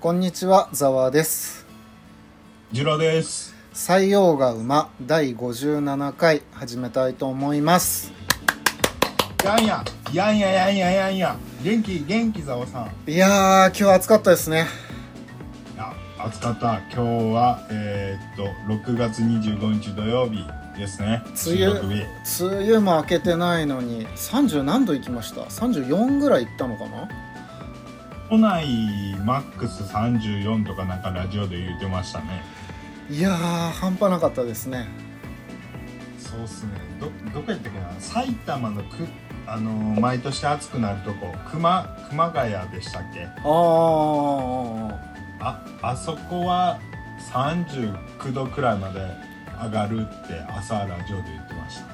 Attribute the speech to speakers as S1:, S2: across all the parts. S1: こんにちは、ざわです。
S2: ジュラです。
S1: 採用が馬第57回始めたいと思います。
S2: やんや、やんややんややんや。元気元気ざわさん。
S1: いやー、今日暑かったですね。
S2: あ、暑かった。今日はえー、っと6月25日土曜日ですね。
S1: 梅
S2: 収録
S1: 雨
S2: 日。、
S1: 梅雨も明けてないのに、30何度行きました ?34 ぐらい行ったのかな
S2: 都内マックス34とかなんかラジオで言ってましたね。
S1: いやー、半端なかったですね。
S2: そうっすね。どどこやったっけな。埼玉のくあのー毎年暑くなるとこ熊熊谷でしたっけ。
S1: あー、
S2: ああそこは39度くらいまで上がるって朝ラジオで言ってました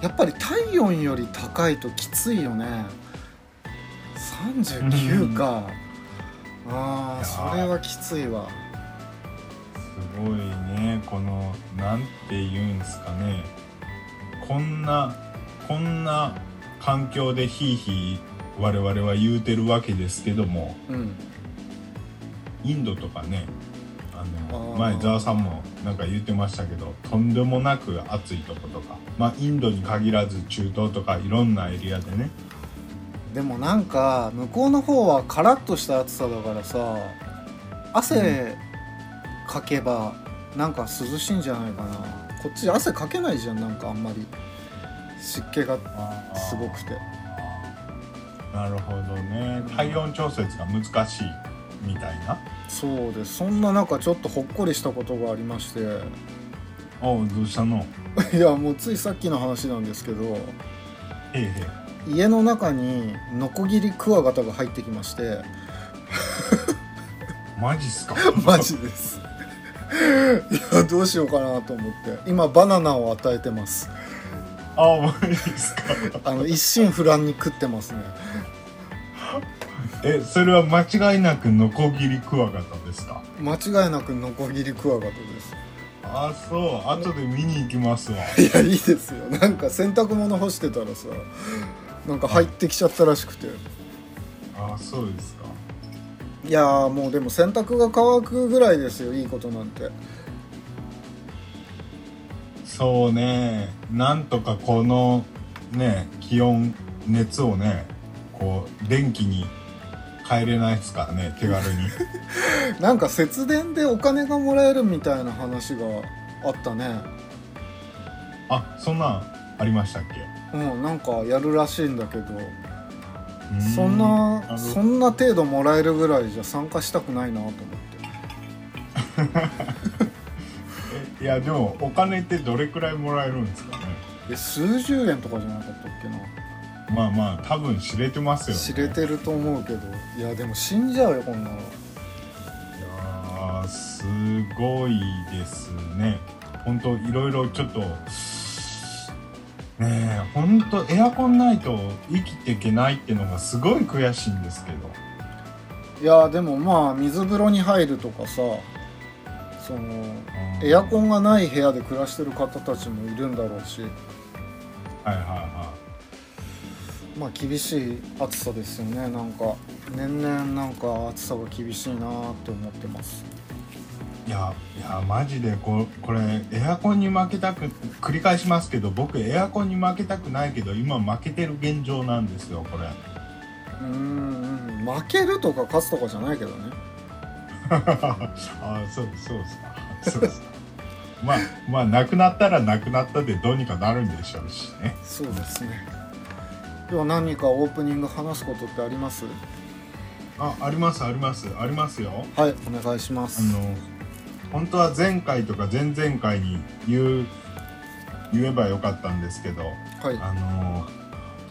S1: やっぱり体温より高いときついよね39か、あ
S2: い
S1: あ
S2: やー
S1: それはきついわ
S2: すごいねこのなんていうんですかねこんなこんな環境でひいひい我々は言うてるわけですけども
S1: うん
S2: インドとかねあの
S1: あー
S2: 前ザワさんもなんか言ってましたけどとんでもなく暑いとことかまあインドに限らず中東とかいろんなエリアでね
S1: でもなんか向こうの方はカラッとした暑さだからさ汗かけばなんか涼しいんじゃないかなこっち汗かけないじゃんなんかあんまり湿気がすごくて
S2: なるほどね体温調節が難しいみたいな
S1: そうですそんな中ちょっとほっこりしたことがありまして
S2: おうどうしたの
S1: いやもうついさっきの話なんですけど
S2: へいへい
S1: 家の中にノコギリクワガタが入ってきまして
S2: マジっすか
S1: マジです いやどうしようかなと思って今バナナを与えてます
S2: あマジっすか
S1: あの一心不乱に食ってますね
S2: えそれは間違いなくノコギリクワガタですか
S1: 間違いなくノコギリクワガタで
S2: あそう後で見に行きますわ
S1: すいやいいですよなんか洗濯物干してたらさなんか入ってきちゃったらしくて
S2: あそうですか
S1: いやーもうでも洗濯が乾くぐらいですよいいことなんて
S2: そうねなんとかこのね気温熱をねこう電気に変えれないですからね手軽 に
S1: なんか節電でお金がもらえるみたいな話があったね
S2: あそんなんありましたっけ
S1: うんなんかやるらしいんだけど
S2: うー
S1: そん
S2: あの
S1: なそんな程度もらえるぐらいじゃ参加したくないなと思って
S2: えいやでもお金ってどれくらいもらえるんですかね
S1: え数十円とかじゃなかったっけな
S2: まあまあ多分知れてますよね
S1: 知れてると思うけどいやでも死んじゃうよこんなの
S2: いやーすごいですね本当いろいろちょっとねえ本当エアコンないと生きていけないってのがすごい悔しいんですけど
S1: いやでもまあ水風呂に入るとかさそのエアコ
S2: ン
S1: ンがない部屋で暮らしてる方たちもいるんだろうし
S2: はいはいは
S1: まあ厳しい暑さですよねなんか年々なんか暑さが厳しいなって思ってます
S2: いいやいやマジでここれエアコンに負けたく繰り返しますけど僕エアコンに負けたくないけど今負けてる現状なんですよこれ
S1: うんうん負けるとか勝つとかじゃないけどね
S2: ああそうそうですかそうですか まあまあなくなったらなくなったでどうにかなるんでしょうしね
S1: そうですね。では何かオープニング話すことってあります？
S2: あありますありますありますよ
S1: はい、お願いしま
S2: あ
S1: す。
S2: の本当は前回とか前々回に言う言えばよかったんですけど
S1: はい。
S2: あの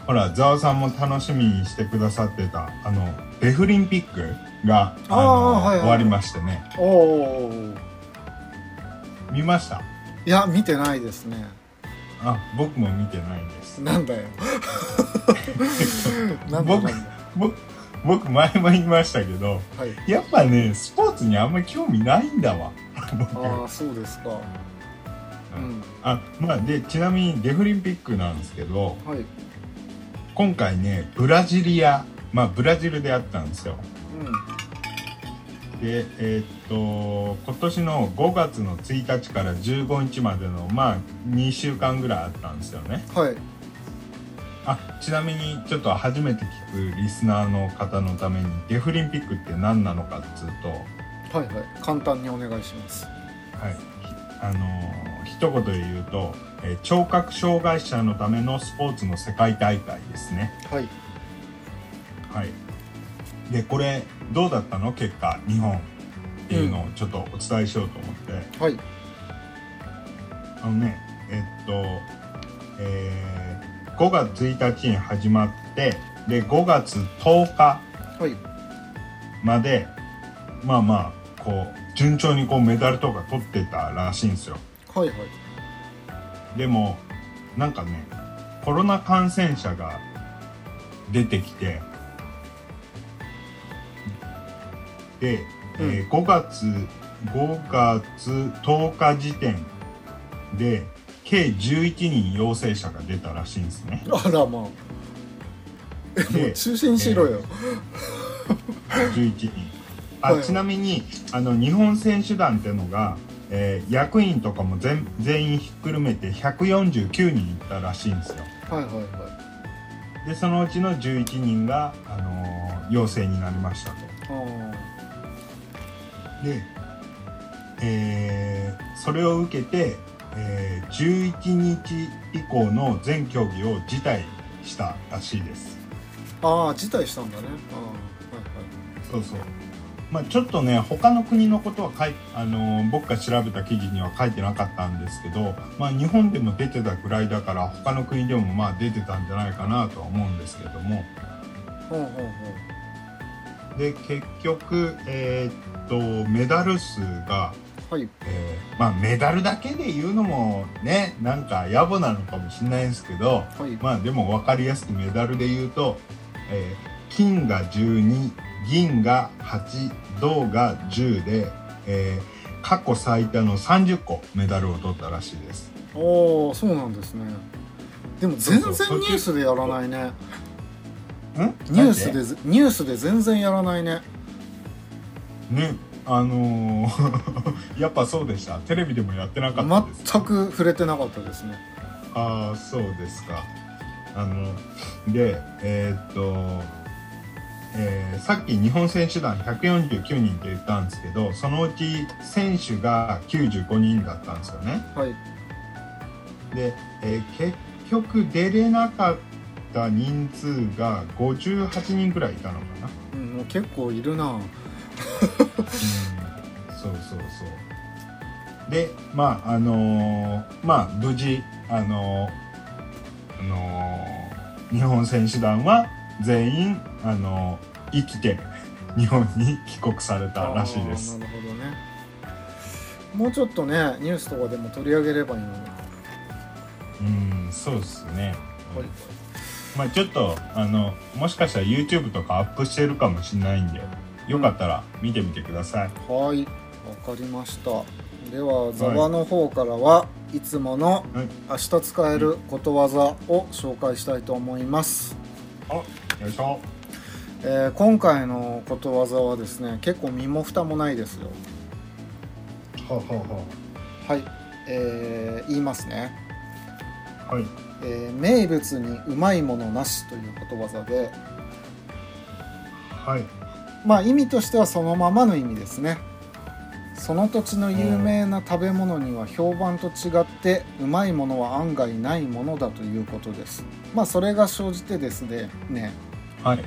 S2: ほらざわさんも楽しみにしてくださってたあのデフリンピックがあの
S1: あーはいはい
S2: 終わりましてね
S1: おおー。
S2: 見ました
S1: いや見てないですね。
S2: あ僕も見てないんです
S1: なん だよ。なんだなん
S2: 僕
S1: だ。
S2: ぼ僕前も言いましたけど
S1: はい。
S2: やっぱねスポーツにあんまり興味ないんだわ
S1: ああそうですか。うん。
S2: あまあでちなみにデフリンピックなんですけど
S1: はい。うん。
S2: 今回ねブラジリアまあブラジルであったんですよでえーっと今年の5月の1日から15日までのまあ2週間ぐらいあったんですよね
S1: はい
S2: あちなみにちょっと初めて聞くリスナーの方のためにデフリンピックって何なのかっつうと
S1: はいはい簡単にお願いします
S2: はい、あのー一言で言うと、えー聴覚障害者のためのスポーツの世界大会ですね。
S1: はい
S2: はい、でこれどうだったの結果日本っていうのをちょっとお伝えしようと思って、
S1: はい
S2: あのねえっと、えー5月1日に始まってで5月10日
S1: はい
S2: までまあまあこう順調にこうメダルとか取ってたらしいんですよ。
S1: はいはい。
S2: でもなんかねコロナ感染者が出てきてで、えー5月5月10日時点で計11人陽性者が出たらしいんですね
S1: あらまあもう
S2: で
S1: 中心しろよ、
S2: 11人あ、
S1: はい
S2: ちなみにあの日本選手団っていうのが、えー役員とかも全全員ひっくるめて149人いたらしいんですよ。
S1: はいはいはい
S2: でそのうちの11人が、あのー陽性になりましたと。
S1: あ
S2: で、えーそれを受けて、えー11日以降の全競技を辞退したらしいです。
S1: ーあー辞退したんだね
S2: そうそうまあ、ちょっとね他の国のことは書い、あのー僕が調べた記事には書いてなかったんですけど、まあ、日本でも出てたぐらいだから他の国でもまあ出てたんじゃないかなとは思うんですけども、
S1: はいはいはいはい
S2: で結局、えーっとメダル数が、
S1: はいはい
S2: えーまあメダルだけで言うのもねなんか野暮なのかもしれないんですけど
S1: はい
S2: まあでも分かりやすくメダルで言うと、えー金が12銀が8銅が10で、えー過去最多の30個メダルを取ったらしいです。
S1: ああそうなんですねでも全然ニ
S2: そうそう
S1: ュースでやらないね
S2: ん
S1: ニュース
S2: なん
S1: でぜニュースで全然やらないね
S2: ねあのー やっぱそうでしたテレビでもやってなかったです。
S1: 全く触れてなかったですね
S2: ああそうですかあのでえーっと、えーさっき日本選手団149人って言ったんですけどそのうち選手が95人だったんですよね
S1: はい
S2: で、えー結局出れなかった人数が58人ぐらいいたのかな
S1: うんもう結構いるな
S2: うんそうそうそうでまああのーまあ無事あのーあのー日本選手団は全員あのー生きて 日本に帰国されたらしいです
S1: あーなるほどねもうちょっとねニュースとかでも取り上げればいいのに
S2: うんそうですね、
S1: はい
S2: まあちょっとあのもしかしたら YouTube とかアップしてるかもしれないんでよかったら見てみてください、
S1: はい、わかりました。では、ザワの方からはいつもの
S2: はい
S1: 明日使えることわざを紹介したいと思います。
S2: よいしょ
S1: えー今回のことわざはですね、結構身も蓋もないですよ。
S2: ほうほうほ
S1: はい、えー言いますね。
S2: うはい
S1: えー名物にうまいものなしということわざで、
S2: はい
S1: まあ意味としてはそのままの意味ですね。その土地の有名な食べ物には評判と違ってうまいものは案外ないものだということです。まあそれが生じてですね、ね
S2: はい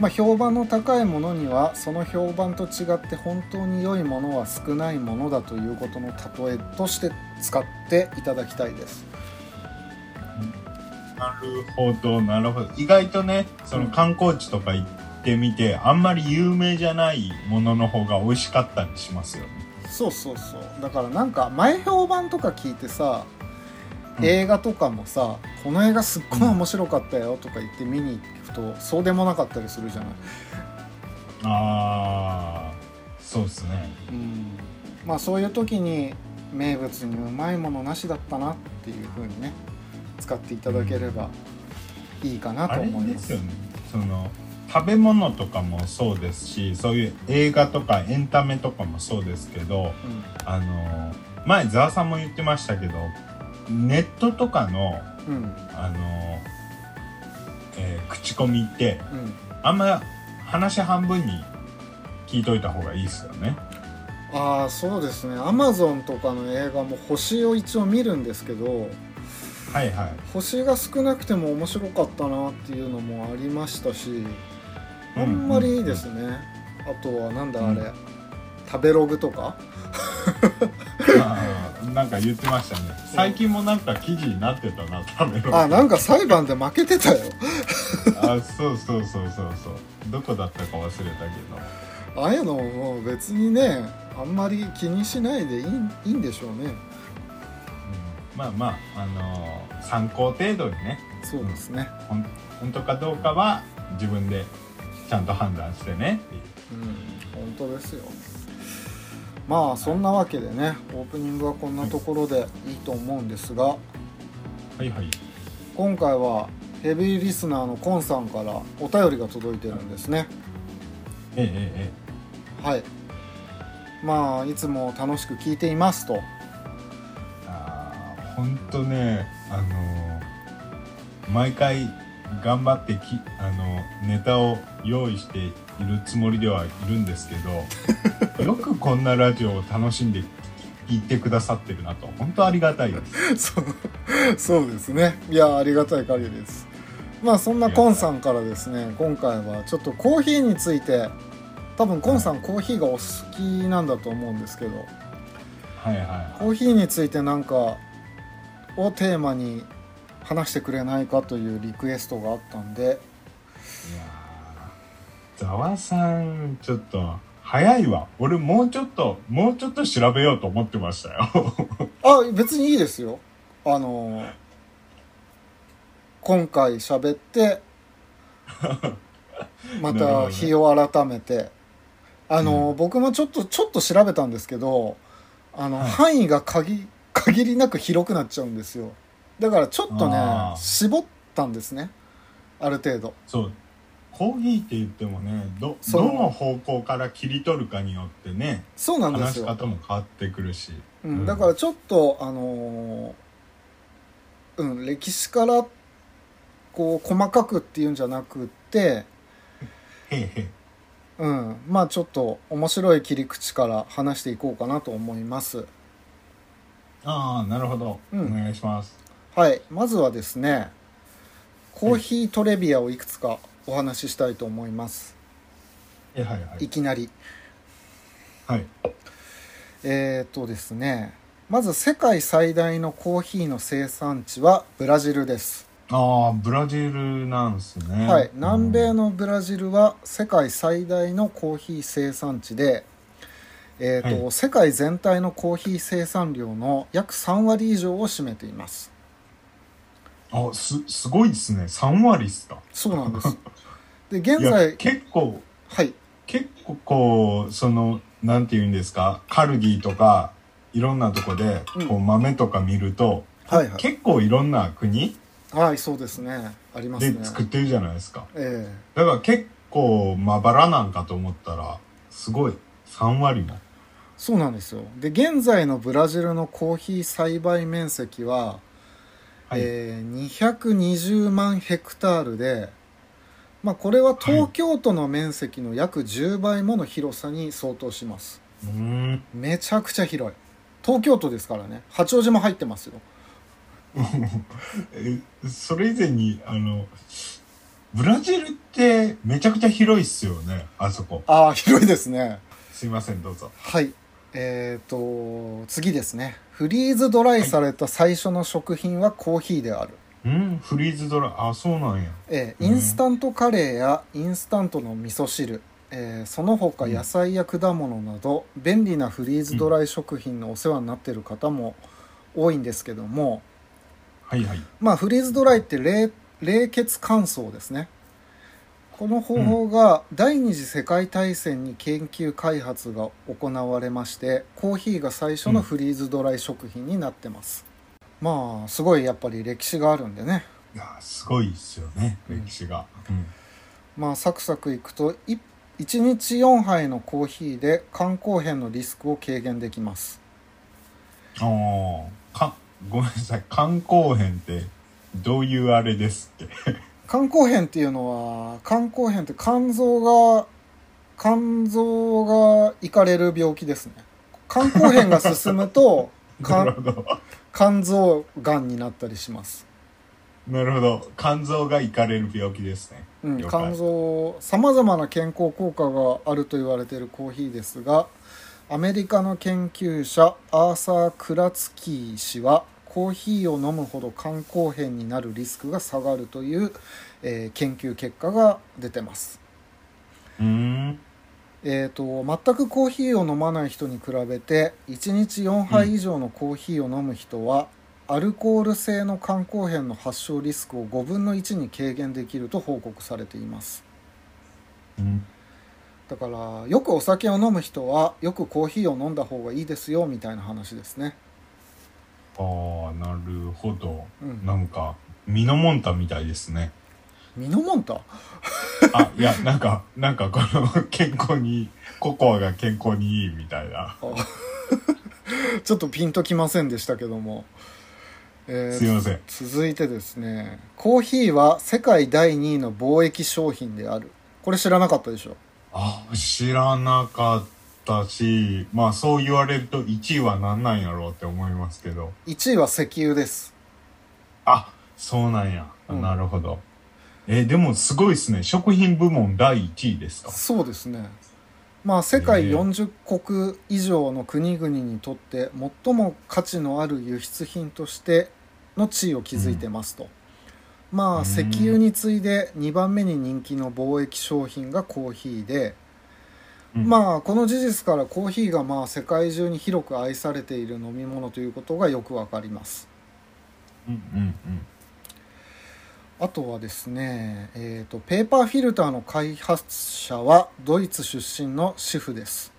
S1: まあ、評判の高いものにはその評判と違って本当に良いものは少ないものだということの例えとして使っていただきたいです。
S2: なるほどなるほど意外とねその観光地とか行ってみて、あんまり有名じゃないものの方が美味しかったりしますよね
S1: そうそうそうだからなんか前評判とか聞いてさ、
S2: うん
S1: 映画とかもさ「この映画すっごい面白かったよ」とか言って見に行くとそうでもなかったりするじゃない、
S2: ああそうですね
S1: うん、まあそういう時に名物にうまいものなしだったなっていう風にね使っていただければいいかな
S2: あ
S1: と
S2: れ
S1: 思い
S2: で
S1: ます
S2: すよねその食べ物とかもそうですしそういう映画とかエンタメとかもそうですけどあの前ざわさんも言ってましたけどネットとかの
S1: うんうん
S2: あの、えー口コミって
S1: うん
S2: あんま話半分に聞いといた方がいいですよね。
S1: ああそうですねアマゾンとかの映画も星を一応見るんですけど
S2: はいはい。
S1: 星が少なくても面白かったなっていうのもありましたし
S2: うん
S1: あんまりいいですね、あとはなんだあれ、食べログとか
S2: あーなんか言ってましたね。最近もなんか記事になってたな、食べログ
S1: あなんか裁判で負けてたよ
S2: あ、そうそうそうそうそう。どこだったか忘れたけど。
S1: ああいうのももう別にねあんまり気にしないでいいいいんでしょうね
S2: うんまあまあ、あのー参考程度にね、
S1: そうですね、
S2: ほん本当かどうかは自分でちゃんと判断してねっていう。
S1: うん本当ですよまあそんなわけでねオープニングはこんなところでいいと思うんですが
S2: はいはい。
S1: 今回はヘビーリスナーのコンさんからお便りが届いてるんですね
S2: えええ
S1: はいまあいつも楽しく聞いていますと
S2: えええ。ああ、本当ね、あのー毎回頑張ってき、あのネタを用意しているつもりではいるんですけど、よくこんなラジオを楽しんで聞いてくださってるなと、本当ありがたいです。
S1: そうそうですねいやありがたい限りですまあそんなコンさんからですね今回はちょっとコーヒーについて多分コンさんコーヒーがお好きなんだと思うんですけど
S2: はいは
S1: コーヒーについてなんかをテーマに話してくれないかというリクエストがあったんで
S2: い。いやーざわさん、ちょっと、早いわ。俺もうちょっと、もうちょっと調べようと思ってましたよ。
S1: あ別にいいですよあのー今回喋って ま
S2: なるほど
S1: た
S2: ね
S1: 日を改めて、あのー僕もちょっとちょっと調べたんですけどあの、
S2: はい
S1: 範囲が限限りなく広くなっちゃうんですよだからちょっとね
S2: あー
S1: 絞ったんですねある程度
S2: そう。コーヒーって言ってもね、ど、
S1: そ
S2: ど
S1: う
S2: の方向から切り取るかによってね、
S1: そうなんで
S2: 話
S1: す
S2: し
S1: よ、
S2: 方も変わってくるし。
S1: う
S2: うん
S1: ん、だからちょっとあのーうん歴史からこう細かくっていうんじゃなくって
S2: へいへい。
S1: うん、まあちょっと面白い切り口から話していこうかなと思います。
S2: ああ、なるほど。
S1: うん
S2: お願いします。
S1: はい、まずはですね、コーヒートレビアをいくつかお話ししたいと思います。
S2: はいはいはいい。
S1: きなり。
S2: はい。
S1: えー、っとですね、まず世界最大のコーヒーの生産地はブラジルです。
S2: ああ、ブラジルなんですね。
S1: はい、南米
S2: の。
S1: のブラジルは世界最大のコーヒー生産地で、えーっと
S2: は
S1: 世界全体のコーヒー生産量の約3割以上を占めています。
S2: あ、す、すごいですね。3割っすか。
S1: そうなん です。で、現
S2: いや、
S1: 在、
S2: 結構、
S1: はい、
S2: 結構こうそのなんて言うんですかカルディとかいろんなとこで
S1: うん
S2: こう豆とか見ると、
S1: はいはい
S2: 結構いろんな国
S1: はい、そうですね。あります
S2: で
S1: ね。
S2: 作ってるじゃないですか
S1: え
S2: だから結構まばらなんかと思ったらすごい3割も
S1: えそうなんですよ。で、現在のブラジルのコーヒー栽培面積は、
S2: はい、
S1: えー220万ヘクタールで、まあ、これは東京都の面積の約10倍もの広さに相当します。
S2: うーん
S1: めちゃくちゃ広い。東京都ですからね。八王子も入ってますよ。
S2: えそれ以前にあのブラジルってめちゃくちゃ広いっすよねあそこ
S1: ああ、広いですね。
S2: すいませんどうぞ
S1: はい。えっ、と、次ですね。フリーズドライされた最初の食品はコーヒーである。
S2: うんフリーズドライあそうなんや
S1: えー
S2: うん
S1: インスタントカレーやインスタントの味噌汁、えーその他野菜や果物など、便利なフリーズドライ食品のお世話になっている方も多いんですけども、
S2: はいはい
S1: まあ、フリーズドライって冷冷血乾燥ですねこの方法が第二次世界大戦に研究開発が行われましてコーヒーが最初のフリーズドライ食品になってます、まあすごいやっぱり歴史があるんでね
S2: いやすごいっすよね
S1: うん
S2: 歴史が、
S1: まあサクサクいくとい1日4杯のコーヒーで肝硬変のリスクを軽減できます
S2: ああかごめんなさい肝硬変ってどういうあれですって
S1: 肝硬変っていうのは肝硬変って肝臓が肝臓がいかれる病気ですね肝硬変が進むと
S2: なる
S1: 肝
S2: ほど
S1: 肝臓がんになったりします、
S2: なるほど肝臓がいかれる病気ですね
S1: うん、
S2: 了解
S1: 肝臓さまざまな健康効果があると言われているコーヒーですがアメリカの研究者アーサー・クラツキー氏はコーヒーを飲むほど肝硬変になるリスクが下がるという、えー研究結果が出てます
S2: うーん
S1: えー、と全くコーヒーを飲まない人に比べて1日4杯以上のコーヒーを飲む人は、アルコール性の肝硬変の発症リスクを5分の1に軽減できると報告されています
S2: うん
S1: だからよくお酒を飲む人はよくコーヒーを飲んだ方がいいですよみたいな話ですね、
S2: ああなるほど
S1: うん、
S2: なんか身のもんたみたいですね
S1: ミノモンタ
S2: あ いやなんかなんかこの健康にココアが健康にいいみたいな
S1: あちょっとピンときませんでしたけども、えー
S2: すいません
S1: 続いてですねコーヒーは世界第2位の貿易商品であるこれ知らなかったでしょ
S2: あ知らなかったしまあそう言われると1位は何なんやろうって思いますけど
S1: 1位は石油です
S2: あそうなんや、
S1: うん
S2: なるほどえでもすごいですね食品部門第1位ですか
S1: そうですねまあ世界
S2: へえ
S1: 40国以上の国々にとって最も価値のある輸出品としての地位を築いてますと、まあ
S2: うん
S1: 石油に次いで2番目に人気の貿易商品がコーヒーで、
S2: あ
S1: まあこの事実からコーヒーがまあ世界中に広く愛されている飲み物ということがよくわかります
S2: うんうんうん
S1: あとはですね、えー、とペーパーフィルターの開発者はドイツ出身の主婦です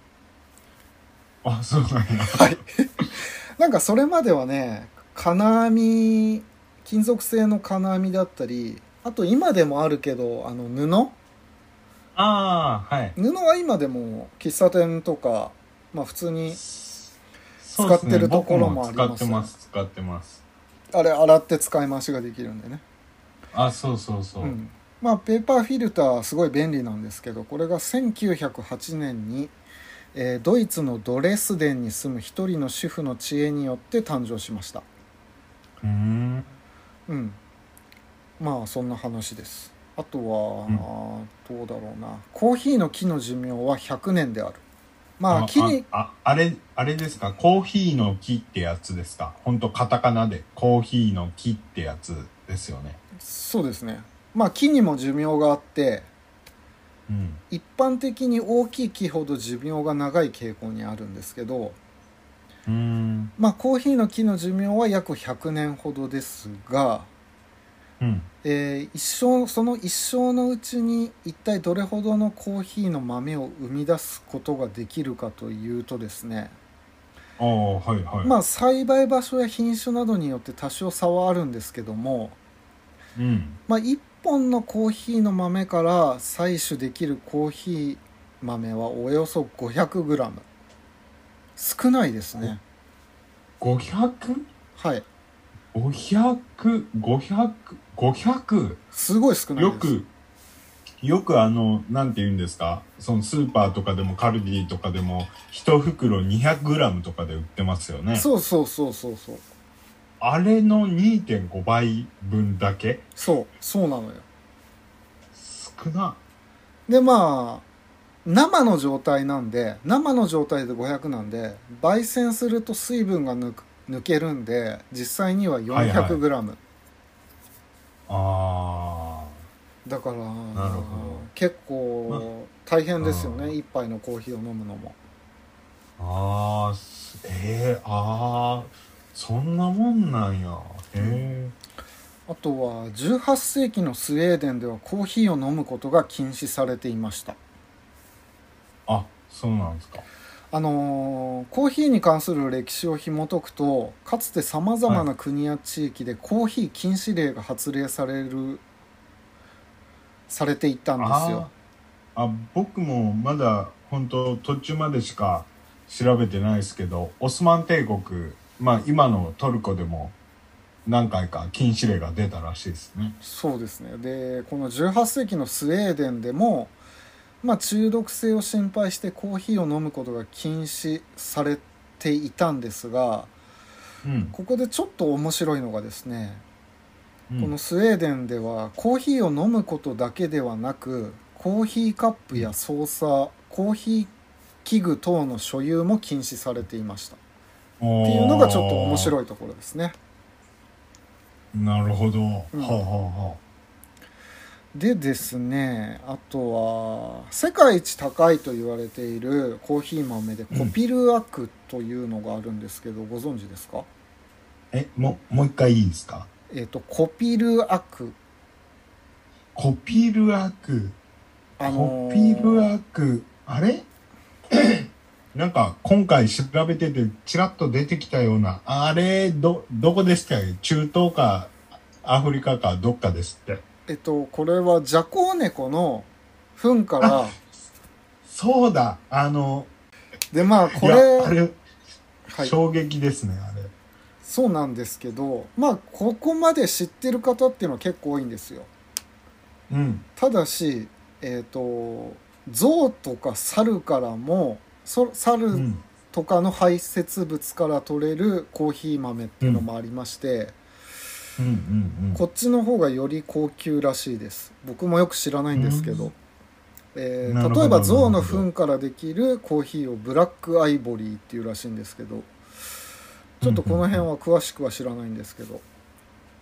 S2: あそうなんや
S1: なんかそれまではね金網金属製の金網だったりあと今でもあるけどあの布
S2: ああはい
S1: 布は今でも喫茶店とか、まあ、普通に
S2: そうですね
S1: 使ってるところもあります
S2: 僕使ってます使ってます
S1: あれ洗って使い回しができるんでね
S2: あそうそうそう、
S1: うん、まあペーパーフィルターすごい便利なんですけどこれが1908年に、えードイツのドレスデンに住む一人の主婦の知恵によって誕生しました
S2: うーん
S1: うんまあそんな話ですあとは、
S2: うん
S1: あーどうだろうなコーヒーの木の寿命は100年であるまあ木に
S2: あああれあれですかコーヒーの木ってやつですかほんとカタカナでコーヒーの木ってやつですよね
S1: そうですねまあ木にも寿命があって
S2: うん
S1: 一般的に大きい木ほど寿命が長い傾向にあるんですけど、
S2: うーん
S1: まあ、コーヒーの木の寿命は約100年ほどですが、
S2: うん
S1: えー一生その一生のうちに一体どれほどのコーヒーの豆を生み出すことができるかというとですね、
S2: ああはいはい、
S1: まあ、栽培場所や品種などによって多少差はあるんですけども、
S2: うん
S1: まあ、1本のコーヒーの豆から採取できるコーヒー豆はおよそ 500g 少ないですね
S2: 500?500?500?500?
S1: はいすごい少ない
S2: よ
S1: です
S2: くよくあのなんて言うんですかそのスーパーとかでもカルディとかでも一袋 200g とかで売ってますよね
S1: そうそうそうそうそう
S2: あれの2.5倍分だけ
S1: そうそうなのよ
S2: 少な
S1: でまあ生の状態なんで生の状態で500なんで焙煎すると水分が抜く抜けるんで実際には 400g、
S2: はいはあ
S1: だから
S2: なるほど
S1: 結構大変ですよね、
S2: うん
S1: 一杯のコーヒーを飲むのも
S2: ーあーすえー、あーそんなもんなんやへ
S1: あとは18世紀のスウェーデンではコーヒーを飲むことが禁止されていました
S2: えあそうなんですか
S1: あのーコーヒーに関する歴史を紐解くとかつてさまざまな国や地域でコーヒー禁止令が発令される、されていったんですよ
S2: あーあ僕もまだ本当途中までしか調べてないですけどオスマン帝国まあ今のトルコでも何回か禁止令が出たらしいですね。
S1: そうですねでこの18世紀のスウェーデンでも、まあ、中毒性を心配してコーヒーを飲むことが禁止されていたんですが
S2: うん
S1: ここでちょっと面白いのがですね、
S2: うん
S1: このスウェーデンではコーヒーを飲むことだけではなくコーヒーカップやsaucer、コーヒー器具等の所有も禁止されていましたっていうのがちょっと面
S2: い。
S1: 白いところですね
S2: なるほど。
S1: うん
S2: はあ、は
S1: でですねあとは世界一高いと言われているコーヒー豆でコピルアクというのがあるんですけど、ご存知ですか
S2: あはあ、えももう一回いいですか
S1: えっ、とコピルアク
S2: コピルアク。
S1: あのー
S2: コピルアク。あれ なんか今回調べててちらっと出てきたようなあれどどこでしたっけ中東かアフリカかどっかですって
S1: えっとこれはジャコウネコの糞から
S2: そうだあの
S1: でまあこ
S2: い
S1: れ
S2: やあれ、
S1: はい、
S2: 衝撃ですねあれ
S1: そうなんですけどまあここまで知ってる方っていうのは結構多いんですよ
S2: うん
S1: ただしえっ、と象とか猿からもそ猿、
S2: うん
S1: とかの排泄物から取れるコーヒー豆っていうのもありまして、
S2: うんうん
S1: こっちの方がより高級らしいです僕もよく知らないんですけど、
S2: うん
S1: えー
S2: なるほど
S1: 例えば
S2: なるほど
S1: 象の糞からできるコーヒーをブラックアイボリーっていうらしいんですけどちょっとこの辺は詳しくは知らないんですけど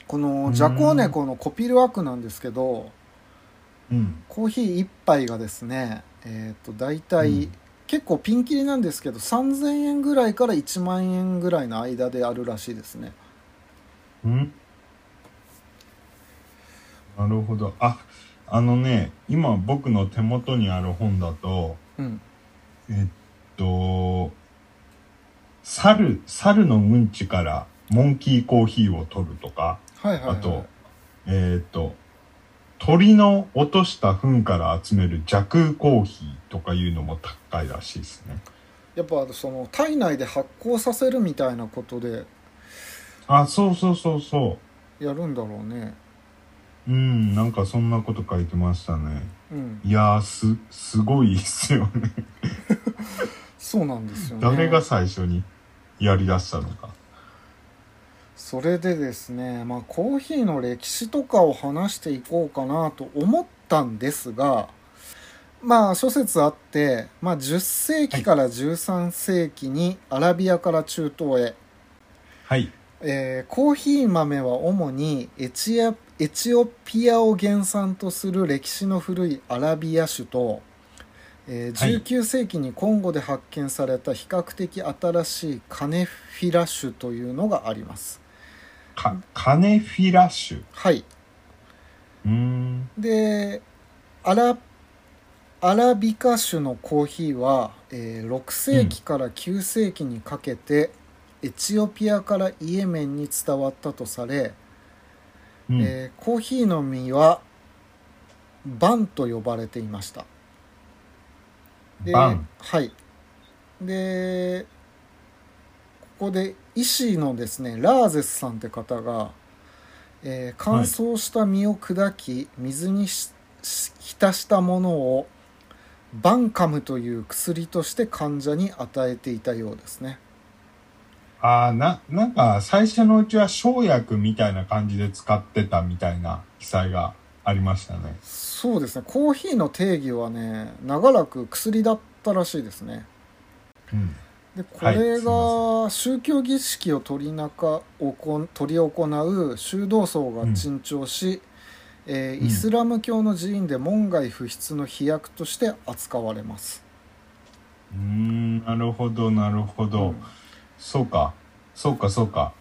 S1: このジャコウネコのコピルアクなんですけど
S2: うんうん
S1: コーヒー1杯がですねえっ、ー、と大体、
S2: うん
S1: 結構ピンキリなんですけど3000円ぐらいから1万円ぐらいの間であるらしいですね
S2: うんなるほどああのね今僕の手元にある本だと
S1: うん
S2: えっと、猿、猿のうんちからモンキーコーヒーを取るとか、
S1: はいはい、はい、
S2: あと、えっと、鳥の落とした糞から集める蛇空コーヒーとかいうのも高いらしいですね。
S1: やっぱその体内で発酵させるみたいなことで
S2: あ、そうそうそうそ
S1: やるんだろうね
S2: う。うん、なんかそんなこと書いてましたね。
S1: うん
S2: いやー、す、すごいっすよね。
S1: そうなんですよね
S2: 誰が最初にやり出したのか。
S1: それでですねまあコーヒーの歴史とかを話していこうかなと思ったんですがまあ諸説あって、まあ、10世紀から13世紀にアラビアから中東へ、
S2: はい。
S1: えーコーヒー豆は主にエチアエチオピアを原産とする歴史の古いアラビア種と、えー
S2: はい
S1: 19世紀にコンゴで発見された比較的新しいカネフィラ種というのがあります。
S2: か、カネフィラ種。
S1: はい、
S2: うーん。
S1: でアラアラビカ種のコーヒーは、えー6世紀から9世紀にかけて、エチオピアからイエメンに伝わったとされ、
S2: うん
S1: えーコーヒーの実はバンと呼ばれていましたで
S2: バン。
S1: はいでここで医師のですねラーゼスさんって方が、えー乾燥した実を砕き、水にしし浸したものをバンカムという薬として患者に与えていたようですね
S2: ああ、な、なんか、最初のうちは生薬みたいな感じで使ってたみたいな記載がありましたね。
S1: そうですねコーヒーの定義はね長らく薬だったらしいですね
S2: うん。
S1: でこ
S2: はい
S1: れ
S2: すいま
S1: が宗教儀式を取りなかおこん取り行う修道僧が珍重し、えー
S2: うん
S1: イスラム教の寺院で門外不出の飛躍として扱われます、
S2: うーん、なるほど、なるほど。
S1: うん
S2: そうか、そうか、そうか。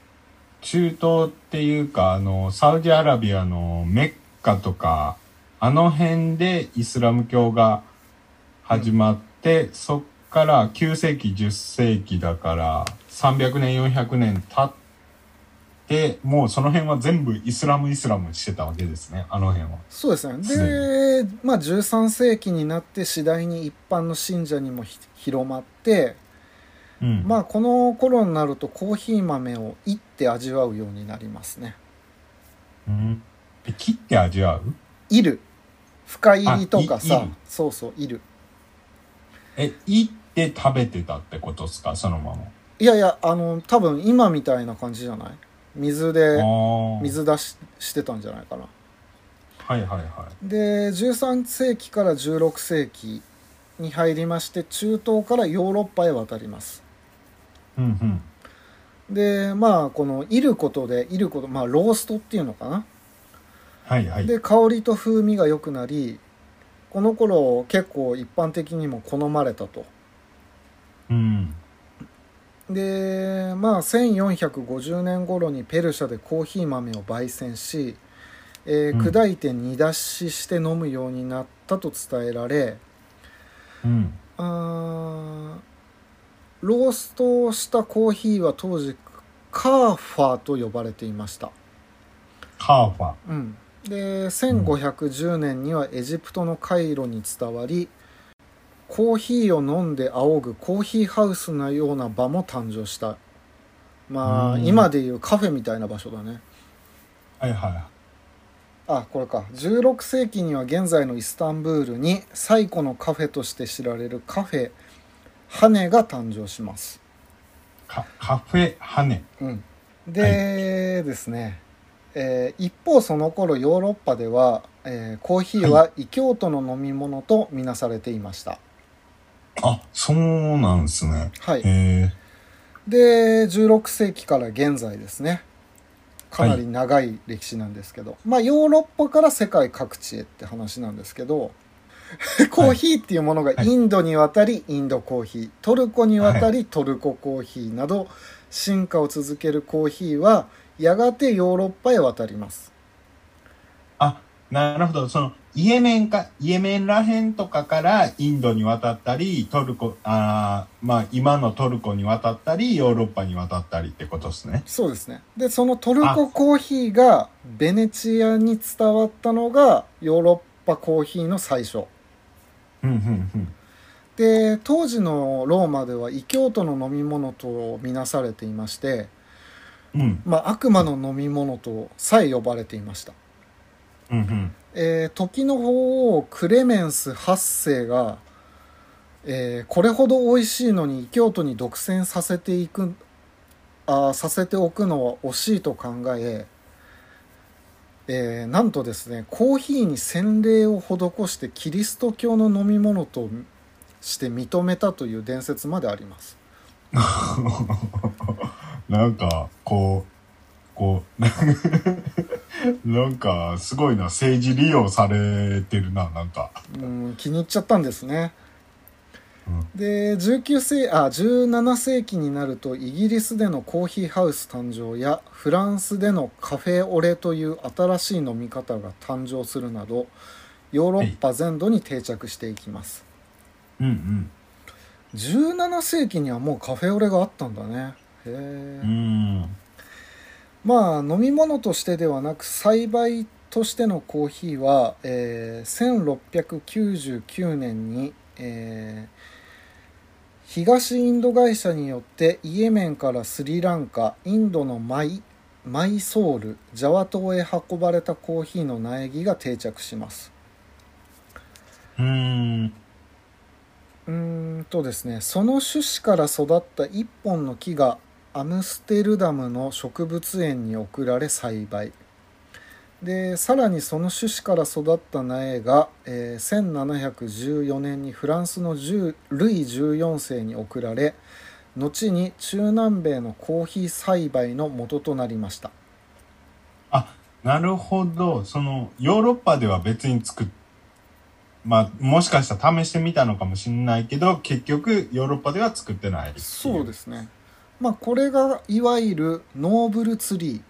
S2: 中東っていうか、あの、サウジアラビアのメッカとか、あの辺でイスラム教が始まって、そっから9世紀、10世紀だから、300年、400年経っでもうその辺は全部イスラムイスラムしてたわけですねあの辺は
S1: そうですねで、まあ、13世紀になって次第に一般の信者にもひ広まって、
S2: うん
S1: まあこの頃になるとコーヒー豆をいって味わうようになりますね
S2: うんえ切って味わう
S1: いる深入りとか
S2: あいい
S1: さ
S2: る
S1: そうそういる
S2: えいって食べてたってことですかそのまま
S1: いやいやあの多分今みたいな感じじゃない水で
S2: ああ
S1: 水出ししてたんじゃないかな
S2: はいはいは
S1: で13世紀から16世紀に入りまして中東からヨーロッパへ渡ります
S2: いうん
S1: でまあこのいることでいることまあローストっていうのかな、
S2: うんはいはい
S1: で香りと風味が良くなりこの頃結構一般的にも好まれたと
S2: うん
S1: でまあ1450年頃にペルシャでコーヒー豆を焙煎し、えー
S2: うん
S1: 砕いて煮出しして飲むようになったと伝えられ、
S2: うん
S1: あーローストしたコーヒーは当時カーファーと呼ばれていました、
S2: カーファ
S1: うん、で1510年にはエジプトのカイロに伝わりコーヒーを飲んで仰ぐコーヒーハウスのような場も誕生したまあ、
S2: うん
S1: 今でいうカフェみたいな場所だね
S2: はいは
S1: あこれか16世紀には現在のイスタンブールに最古のカフェとして知られるカフェハネが誕生します
S2: いカカフェハネ
S1: うん、で、ですね、えー一方その頃ヨーロッパでは、えーコーヒーは異教徒の飲み物とみなされていました
S2: あそうなんですね
S1: はい、
S2: へえ
S1: で16世紀から現在ですねかなり長い歴史なんですけど、まあヨーロッパから世界各地へって話なんですけどコーヒーっていうものが
S2: はい
S1: インドに渡りインドコーヒートルコに渡りトルココーヒーなど進化を続けるコーヒーはやがてヨーロッパへ渡ります
S2: あなるほどそのイエメンかイエメンらへんとかからインドに渡ったりトルコあーまあ今のトルコに渡ったりヨーロッパに渡ったりってことですね
S1: そうですねでそのトルココーヒーがベネチアに伝わったのがヨーロッパコーヒーの最初
S2: うんうんうん
S1: で当時のローマでは異教徒の飲み物とみなされていまして、
S2: うん
S1: まあ、悪魔の飲み物とさえ呼ばれていました、
S2: うんうん
S1: えー時の法王クレメンス8世が、えーこれほど美味しいのに異教徒に独占させていくあーさせておくのは惜しいと考ええーなんとですねコーヒーに洗礼を施してキリスト教の飲み物として認めたという伝説まであります
S2: なんか、こう、こう、なんか、すごいな、政治利用されてるな、なんか。
S1: うん気に入っちゃったんですね、
S2: う
S1: で19世あ17世紀になるとイギリスでのコーヒーハウス誕生やフランスでのカフェオレという新しい飲み方が誕生するなどヨーロッパ全土に定着していきます、
S2: うんうん。
S1: 17世紀にはもうカフェオレがあったんだねへえ、
S2: うん。
S1: まあ飲み物としてではなく栽培としてのコーヒーは、えー1699年に、えー東インド会社によってイエメンからスリランカインドのマイマイソールジャワ島へ運ばれたコーヒーの苗木が定着します
S2: うん。
S1: うーんとですねその種子から育った一本の木がアムステルダムの植物園に送られ栽培でさらにその種子から育った苗が、えー1714年にフランスの10ルイ14世に送られ後に中南米のコーヒー栽培の元となりました
S2: あ、なるほど。その、ヨーロッパでは別に作っ、まあ、もしかしたら試してみたのかもしれないけど、結局、ヨーロッパでは作ってないってい。
S1: そうですすねまあこれがいわゆるノーブルツリー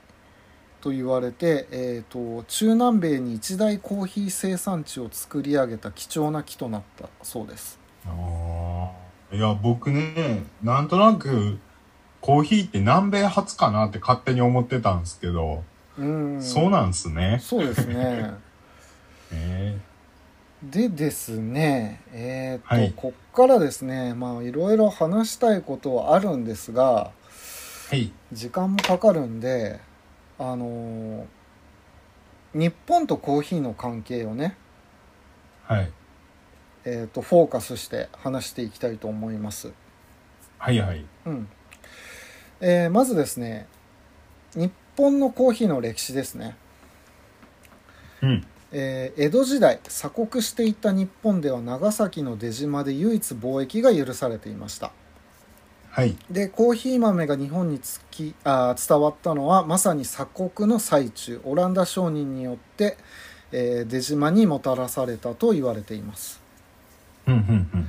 S1: と言われて、えー、と中南米に一大コーヒー生産地を作り上げた貴重な木となったそうです
S2: あーいや、僕ね、なんとなく、コーヒーって南米初かなって勝手に思ってたんですけど、
S1: うん
S2: そうなんすね。
S1: そうですね
S2: え
S1: でですねえーと、
S2: はい
S1: こっからですねまあいろいろ話したいことはあるんですが
S2: ーはい。
S1: 時間もかかるんであのー日本とコーヒーの関係をね、
S2: はい。
S1: えー、とフォーカスして話していきたいと思います。
S2: はいはい。
S1: うんえーまずですね日本のコーヒーの歴史ですね、
S2: うん。
S1: えー江戸時代鎖国していた日本では長崎の出島で唯一貿易が許されていました
S2: はい。
S1: でコーヒー豆が日本につきあー伝わったのはまさに鎖国の最中オランダ商人によって、えー出島にもたらされたと言われています
S2: うんうん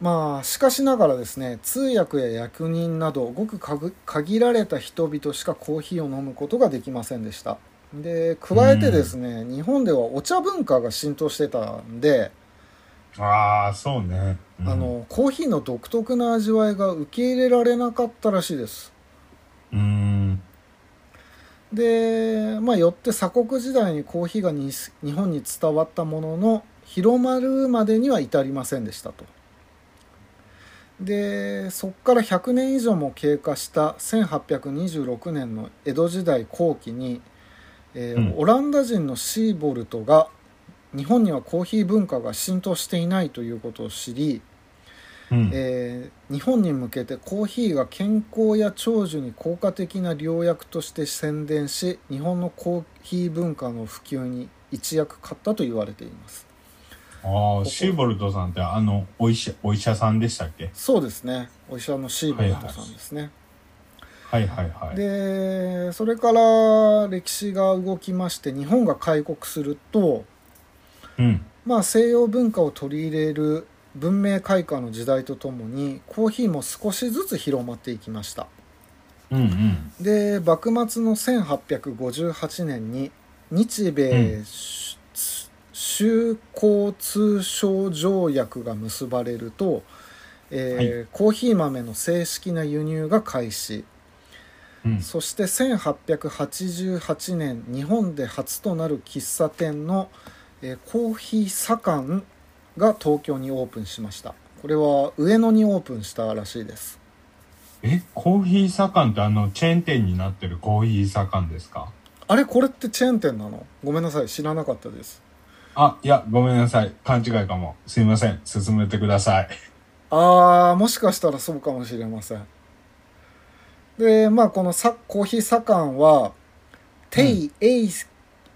S1: まあしかしながらですね通訳や役人などごくかぐ限られた人々しかコーヒーを飲むことができませんでしたで加えてですね、日本ではお茶文化が浸透してたんで、
S2: うん。ああ、そうね。うん
S1: あ、のコーヒーの独特な味わいが受け入れられなかったらしいです
S2: うーん。
S1: でまあよって鎖国時代にコーヒーがに日本に伝わったものの広まるまでには至りませんでしたと。でそこから100年以上も経過した1826年の江戸時代後期に、えー
S2: うん
S1: オランダ人のシーボルトが日本にはコーヒー文化が浸透していないということを知り、
S2: うん。
S1: えー日本に向けてコーヒーが健康や長寿に効果的な良薬として宣伝し日本のコーヒー文化の普及に一役買ったと言われています
S2: あ
S1: こ
S2: あ、シーボルトさんってあの、お医者、お医者さんでしたっけ
S1: そうですねお医者のシーベルトさんですね、
S2: はいはいはい。
S1: でそれから歴史が動きまして日本が開国すると、
S2: うん。
S1: まあ、西洋文化を取り入れる文明開化の時代とともにコーヒーも少しずつ広まっていきました
S2: うんうん。
S1: で幕末の1858年に日米し修好通商条約が結ばれると、えーコーヒー豆の正式な輸入が開始
S2: うん。
S1: そして1888年日本で初となる喫茶店の、えーコーヒー左官が東京にオープンしましたこれは上野にオープンしたらしいです
S2: え、コーヒー左官ってあの、チェーン店になってるコーヒー左官ですか
S1: あれこれってチェーン店なのごめんなさい知らなかったです
S2: あ、いや、ごめんなさい。勘違いかも。すいません。進めてください。
S1: あーもしかしたらそうかもしれませんでまあこのさコーヒー左官はテイ・エイ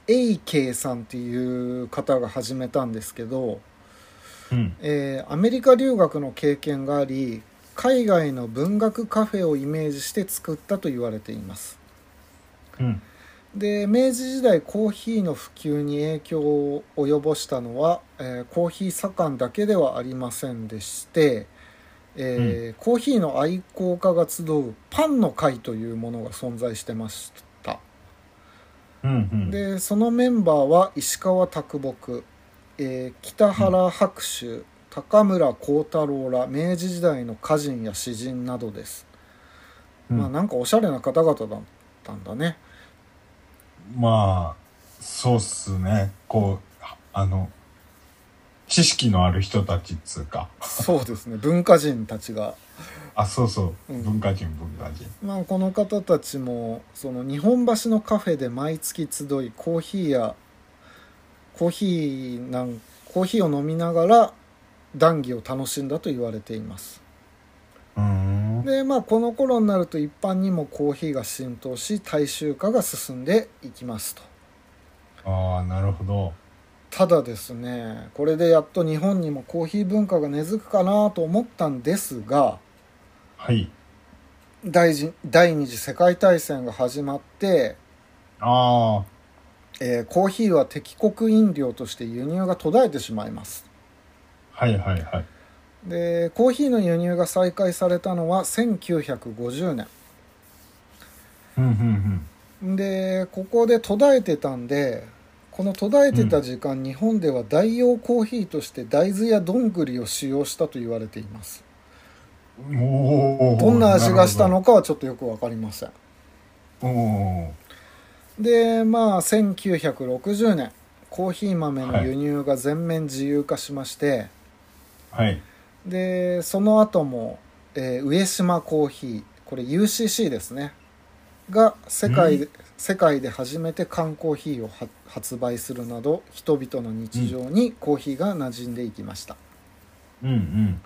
S1: エイケイさんっていう方が始めたんですけど、
S2: うん。
S1: えーアメリカ留学の経験があり海外の文学カフェをイメージして作ったと言われています
S2: うん。
S1: で明治時代コーヒーの普及に影響を及ぼしたのは、えーコーヒー左官だけではありませんでして、えーコーヒーの愛好家が集うパンの会というものが存在してました
S2: うん。うん。
S1: でそのメンバーは石川啄木、えー北原白秋、高村光太郎ら明治時代の歌人や詩人などです、
S2: うん
S1: まあなんかおしゃれな方々だったんだね
S2: まあ、そうっすね。こう、あの、知識のある人たちっつうか。
S1: そうですね文化人たちが、
S2: あ、そうそう。
S1: うん
S2: 文化人、文化人。
S1: まあ、この方たちもその日本橋のカフェで毎月集いコーヒーやコーヒーなんコーヒーを飲みながら談義を楽しんだと言われています
S2: うーん。
S1: でまあこの頃になると一般にもコーヒーが浸透し大衆化が進んでいきますと
S2: ああ、なるほど。
S1: ただですねこれでやっと日本にもコーヒー文化が根付くかなと思ったんですが
S2: はい。
S1: 第二第二次世界大戦が始まって、
S2: あ
S1: えーコーヒーは敵国飲料として輸入が途絶えてしまいます
S2: あ、はいはいはい。
S1: でコーヒーの輸入が再開されたのは1950
S2: うんうん
S1: 年でここで途絶えてたんでこの途絶えてた時間、日本では代用コーヒーとして大豆やどんぐりを使用したと言われています
S2: うん。お
S1: どんな味がしたのかはちょっとよく分かりません
S2: おお
S1: でまあ1960年コーヒー豆の輸入が全面自由化しまして、
S2: はい
S1: でその後も、えー上島コーヒーこれ UCC ですねが世界で、世界で初めて缶コーヒーをは発売するなど人々の日常にコーヒーが馴染んでいきました、
S2: うんうん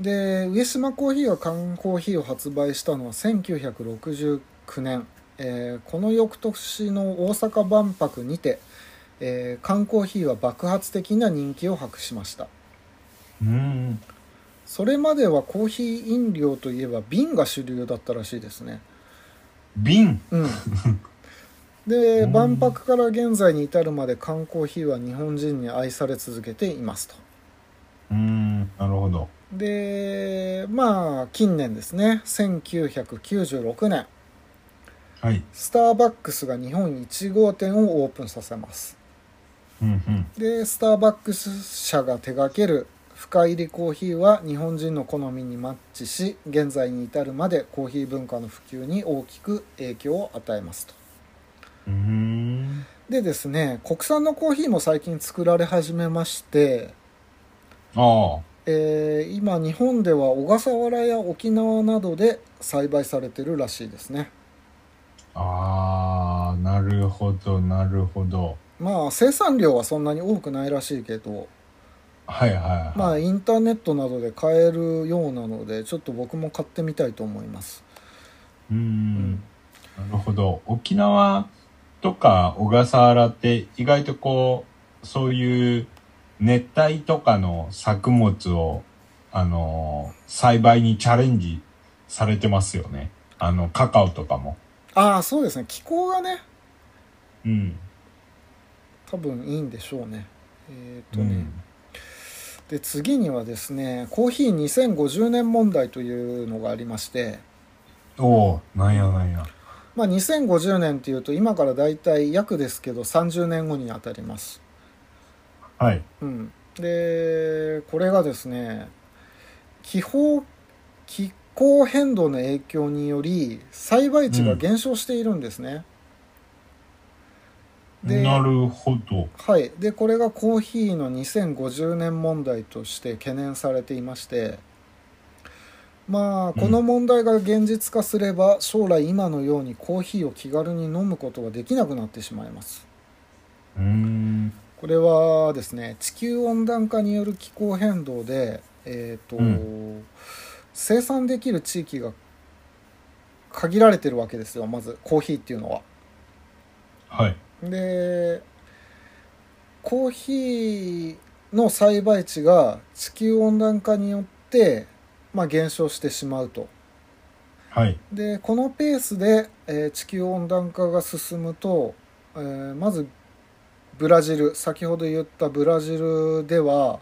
S1: で上島コーヒーが缶コーヒーを発売したのは1969年、えーこの翌年の大阪万博にて、えー缶コーヒーは爆発的な人気を博しました
S2: うん
S1: それまではコーヒー飲料といえば瓶が主流だったらしいですね
S2: 瓶
S1: うんで
S2: うん
S1: 万博から現在に至るまで缶コーヒーは日本人に愛され続けていますと
S2: うんなるほど
S1: でまあ近年ですね1996年
S2: はい
S1: スターバックスが日本1号店をオープンさせます
S2: うん
S1: でスターバックス社が手掛ける深入りコーヒーは日本人の好みにマッチし現在に至るまでコーヒー文化の普及に大きく影響を与えますと
S2: うんうん
S1: でですね国産のコーヒーも最近作られ始めまして、
S2: ああ
S1: えー今日本では小笠原や沖縄などで栽培されてるらしいですね
S2: あーなるほどなるほど
S1: まあ生産量はそんなに多くないらしいけど
S2: はいはいはい、
S1: まあインターネットなどで買えるようなのでちょっと僕も買ってみたいと思います
S2: うんなるほど沖縄とか小笠原って意外とこうそういう熱帯とかの作物をあのー栽培にチャレンジされてますよねあのカカオとかも
S1: ああそうですね気候がね
S2: うん、
S1: 多分いいんでしょうねえっ、
S2: う
S1: とね、
S2: ん、
S1: で次にはですねコーヒー2050年問題というのがありまして
S2: おおなんやなんや
S1: まあ、2050年っていうと今からだいたい約ですけど30年後にあたります、
S2: はい
S1: うん、でこれがですね気候気候変動の影響により栽培地が減少しているんですね、で
S2: なるほど
S1: はいでこれがコーヒーの2050年問題として懸念されていましてまあこの問題が現実化すれば将来今のようにコーヒーを気軽に飲むことができなくなってしまいます
S2: うーん
S1: これはですね地球温暖化による気候変動で、えーと
S2: う
S1: 生産できる地域が限られてるわけですよまずコーヒーっていうのは。
S2: はい
S1: でコーヒーの栽培地が地球温暖化によって、まあ、減少してしまうと。
S2: はい
S1: でこのペースで、えー地球温暖化が進むと、えーまずブラジル先ほど言ったブラジルでは、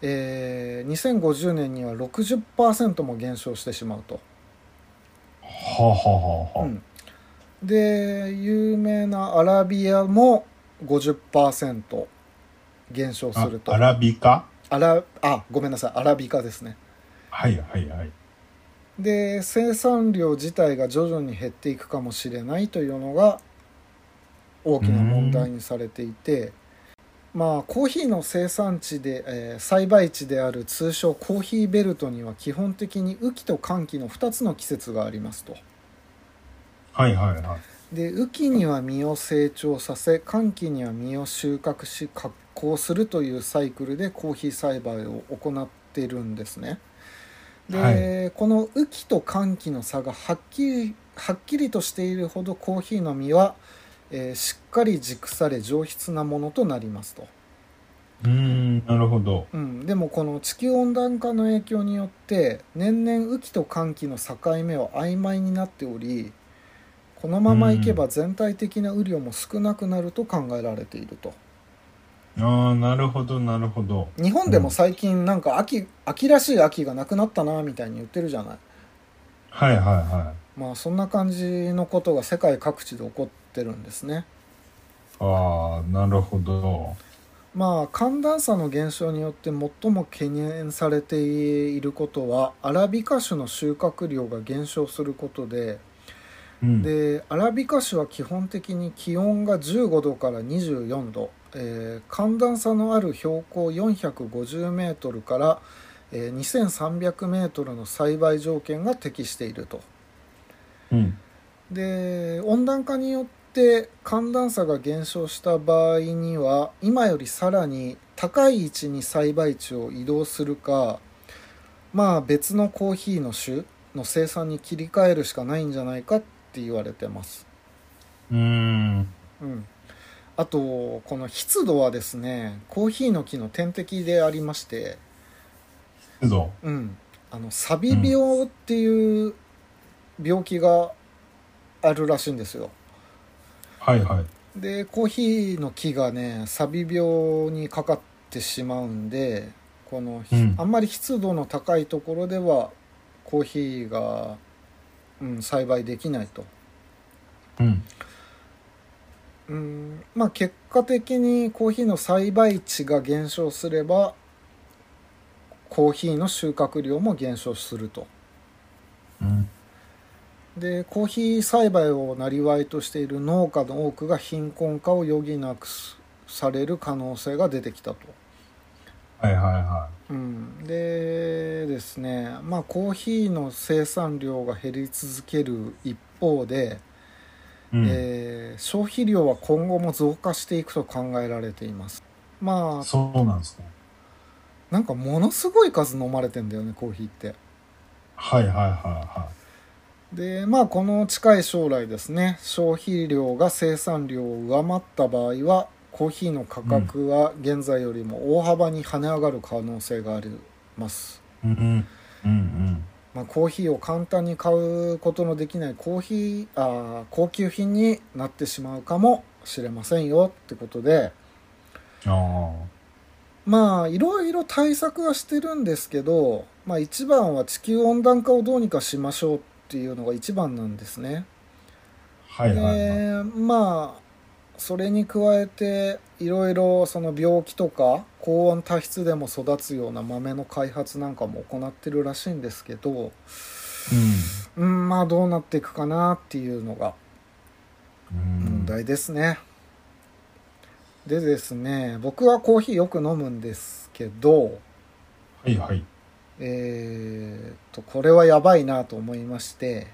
S1: えー2050年には60%も減少してしまうと。
S2: はあはあはあはあ、
S1: うんで有名なアラビアも50%減少すると
S2: あアラビカ
S1: アラあごめんなさいアラビカですね
S2: はいはいはい
S1: で生産量自体が徐々に減っていくかもしれないというのが大きな問題にされていてまあコーヒーの生産地で、えー栽培地である通称コーヒーベルトには基本的に雨季と乾季の2つの季節がありますと。
S2: はいはいはい
S1: で雨季には実を成長させ乾季には実を収穫し発酵するというサイクルでコーヒー栽培を行っているんですね。で、
S2: は
S1: この雨季と乾季の差がはっきりはっきりとしているほどコーヒーの実は、えーしっかり熟され上質なものとなりますと。
S2: うーんなるほど
S1: うん、でもこの地球温暖化の影響によって年々雨季と乾季の境目は曖昧になっておりこのままいけば全体的な雨量も少なくなると考えられていると
S2: ああなるほどなるほど
S1: 日本でも最近なんか秋秋らしい秋がなくなったなみたいに言ってるじゃない
S2: はいはいはい
S1: まあそんな感じのことが世界各地で起こってるんですね
S2: ああなるほど
S1: まあ寒暖差の減少によって最も懸念されていることはアラビカ種の収穫量が減少することで
S2: うん、
S1: でアラビカ種は基本的に気温が15度から24度、えー寒暖差のある標高450メートルから、えー2300メートルの栽培条件が適していると。
S2: うん
S1: で温暖化によって寒暖差が減少した場合には今よりさらに高い位置に栽培地を移動するかまあ別のコーヒーの種の生産に切り替えるしかないんじゃないかって言われてます。
S2: うーん
S1: うん、あとこの湿度はですねコーヒーの木の天敵でありまして、
S2: 湿度
S1: うん、あのサビ病っていう病気があるらしいんですよ。
S2: はいはい
S1: でコーヒーの木がねサビ病にかかってしまうんでこの、
S2: うん
S1: あんまり湿度の高いところではコーヒーが、うん、栽培できないと、
S2: うん
S1: うんまあ、結果的にコーヒーの栽培地が減少すればコーヒーの収穫量も減少すると
S2: うん
S1: でコーヒー栽培を生りとしている農家の多くが貧困化を余儀なくすされる可能性が出てきたと。
S2: はいはいは
S1: うん、でですねまあコーヒーの生産量が減り続ける一方で、
S2: い、うん
S1: えー消費量は今後も増加していくと考えられていますまあ
S2: そうなんですね
S1: なんかものすごい数飲まれてんだよねコーヒーって
S2: はいはいはいは
S1: でまあこの近い将来ですね消費量が生産量を上回った場合はコーヒーの価格は現在よりも大幅に跳ね上がる可能性があります、
S2: いうんうんうん
S1: まあ、コーヒーを簡単に買うことのできないコーヒーあー高級品になってしまうかもしれませんよってことで
S2: うんあ
S1: まあいろいろ対策はしてるんですけど、まあ、一番は地球温暖化をどうにかしましょうっていうのが一番なんですね。
S2: あはいはいはい、
S1: でまあそれに加えていろいろその病気とか高温多湿でも育つような豆の開発なんかも行ってるらしいんですけど。うん、まあどうなっていくかなっていうのが
S2: うん
S1: 問題ですね。でですね僕はコーヒーよく飲むんですけど、
S2: はいはい
S1: えー、とこれはやばいなと思いまして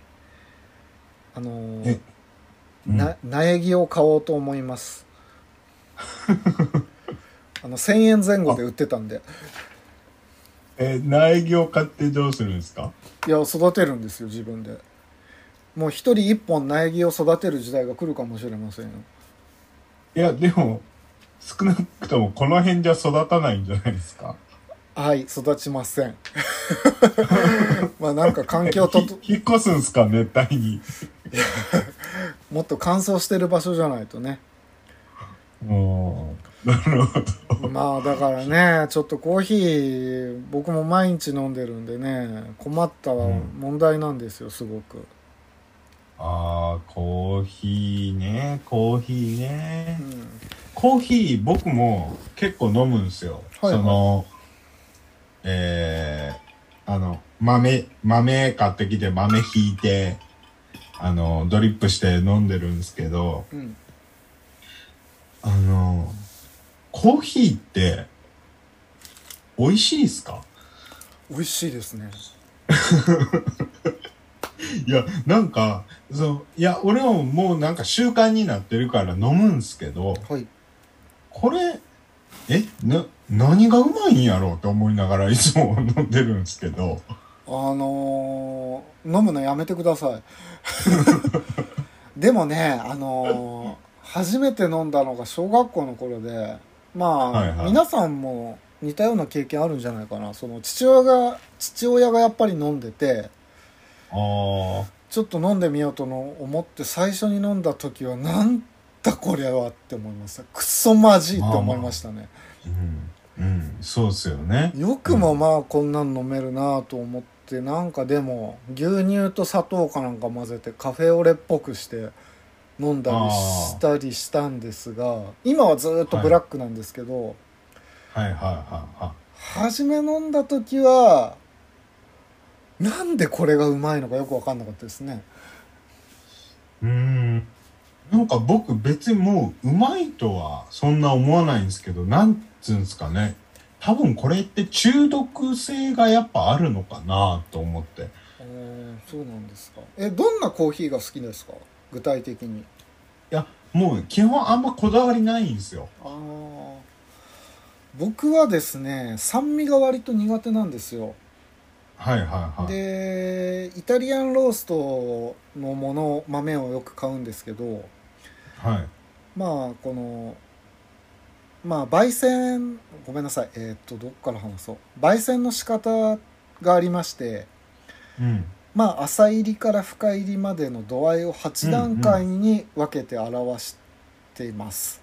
S1: あのー
S2: えうん
S1: な苗木を買おうと思い ます。あの1000円前後で売ってたんで
S2: え苗木を買ってどうするんですか
S1: いや育てるんですよ自分でもう一人一本苗木を育てる時代が来るかもしれませんよ
S2: いやでも少なくともこの辺じゃ育たないんじゃないですか
S1: はい、育ちま せん。 まあなんか環境とと、
S2: ひ引っ越すんすか熱帯に
S1: もっと乾燥してる場所じゃないとね。
S2: もうなるほど
S1: まあだからね、ちょっとコーヒー、僕も毎日飲んでるんでね、困った
S2: うん
S1: 問題なんですよ、すごく。
S2: あーコーヒーねコーヒーね
S1: うん。
S2: コーヒー僕も結構飲むんですよ、
S1: はいはい
S2: そのえー、あの豆豆買ってきて豆ひいてあのドリップして飲んでるんですけど
S1: うん。
S2: あのコーヒーって美味しいですか
S1: 美味しいですね。
S2: いやなんかそういや俺ももうなんか習慣になってるから飲むんすけど
S1: はい。
S2: これえな何がうまいんやろうって思いながらいつも飲んでるんですけど
S1: あのー飲むのやめてください。でもね、あのー初めて飲んだのが小学校の頃で、まあ、
S2: はいはい
S1: 皆さんも似たような経験あるんじゃないかな。その父親が、父親がやっぱり飲んでて、
S2: ああ
S1: ちょっと飲んでみようとの思って最初に飲んだ時は、なんだこれはって思いました。くっそまじいって思いましたね。
S2: うん、うん、そうっすよね
S1: よくもまあこんなん飲めるなと思ってなんかでも牛乳と砂糖かなんか混ぜてカフェオレっぽくして飲んだりしたりしたんですが今はずーっとブラックなんですけど、
S2: はいはいはいは
S1: 初め飲んだ時はなんでこれがうまいのかよく分かんなかったですね
S2: いうーんなんか僕別にもううまいとはそんな思わないんですけどなんつうんですかね多分これって中毒性がやっぱあるのかなと思って
S1: そうなんですかえどんなコーヒーが好きですか具体的に
S2: いやもう基本あんまこだわりないんですよ
S1: ああ僕はですね酸味が割と苦手なんですよ
S2: はいはいはい
S1: でイタリアンローストのもの豆をよく買うんですけど
S2: はい
S1: まあこのまあ焙煎ごめんなさいえーっとどっから話そう焙煎の仕方がありまして
S2: うん
S1: まあ浅入りから深入りまでの度合いを8段階に分けて表しています、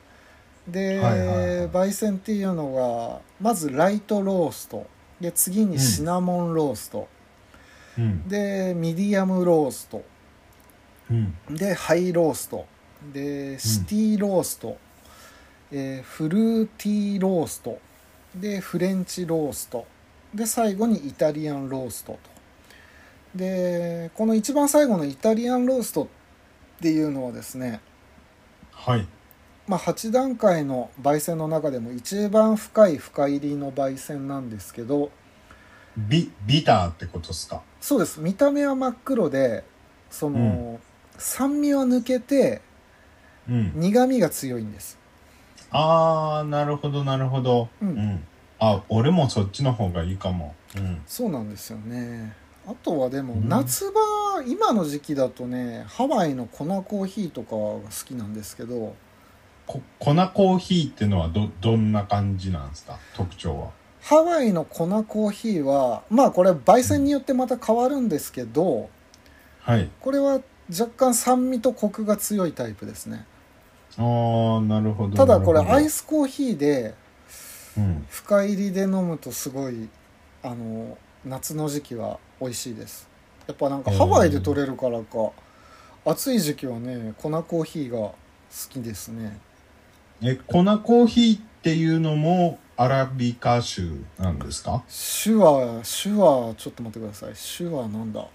S1: で、
S2: はいはいはい
S1: 焙煎っていうのがまずライトローストで次にシナモンロースト、
S2: うん
S1: でミディアムロースト
S2: うん
S1: でハイローストでシティロースト、えーフルーティーローストでフレンチローストで最後にイタリアンローストとでこの一番最後のイタリアンローストっていうのはですね、
S2: はい
S1: まあ、8段階の焙煎の中でも一番深い深入りの焙煎なんですけど
S2: ビビターってことですか
S1: そうです見た目は真っ黒でその、酸味は抜けて
S2: うん
S1: 苦味が強いんです
S2: あーなるほどなるほど
S1: うん
S2: あ俺もそっちの方がいいかもうん
S1: そうなんですよねあとはでも
S2: うん
S1: 夏場、今の時期だとねハワイの粉コーヒーとかが好きなんですけど
S2: こ粉コーヒーってのはどどんな感じなんですか特徴は
S1: ハワイの粉コーヒーはまあこれ焙煎によってまた変わるんですけど
S2: はい
S1: これは若干酸味とコクが強いタイプですね
S2: あーなるほど
S1: ただこれ
S2: なるほど
S1: アイスコーヒーで
S2: うん
S1: 深入りで飲むとすごいあの夏の時期は美味しいですやっぱなんかハワイで取れるからか暑い時期はね粉コーヒーが好きですね
S2: え粉コーヒーっていうのもアラビカ種なんですか
S1: 手話手話ちょっと待ってください手話なんだ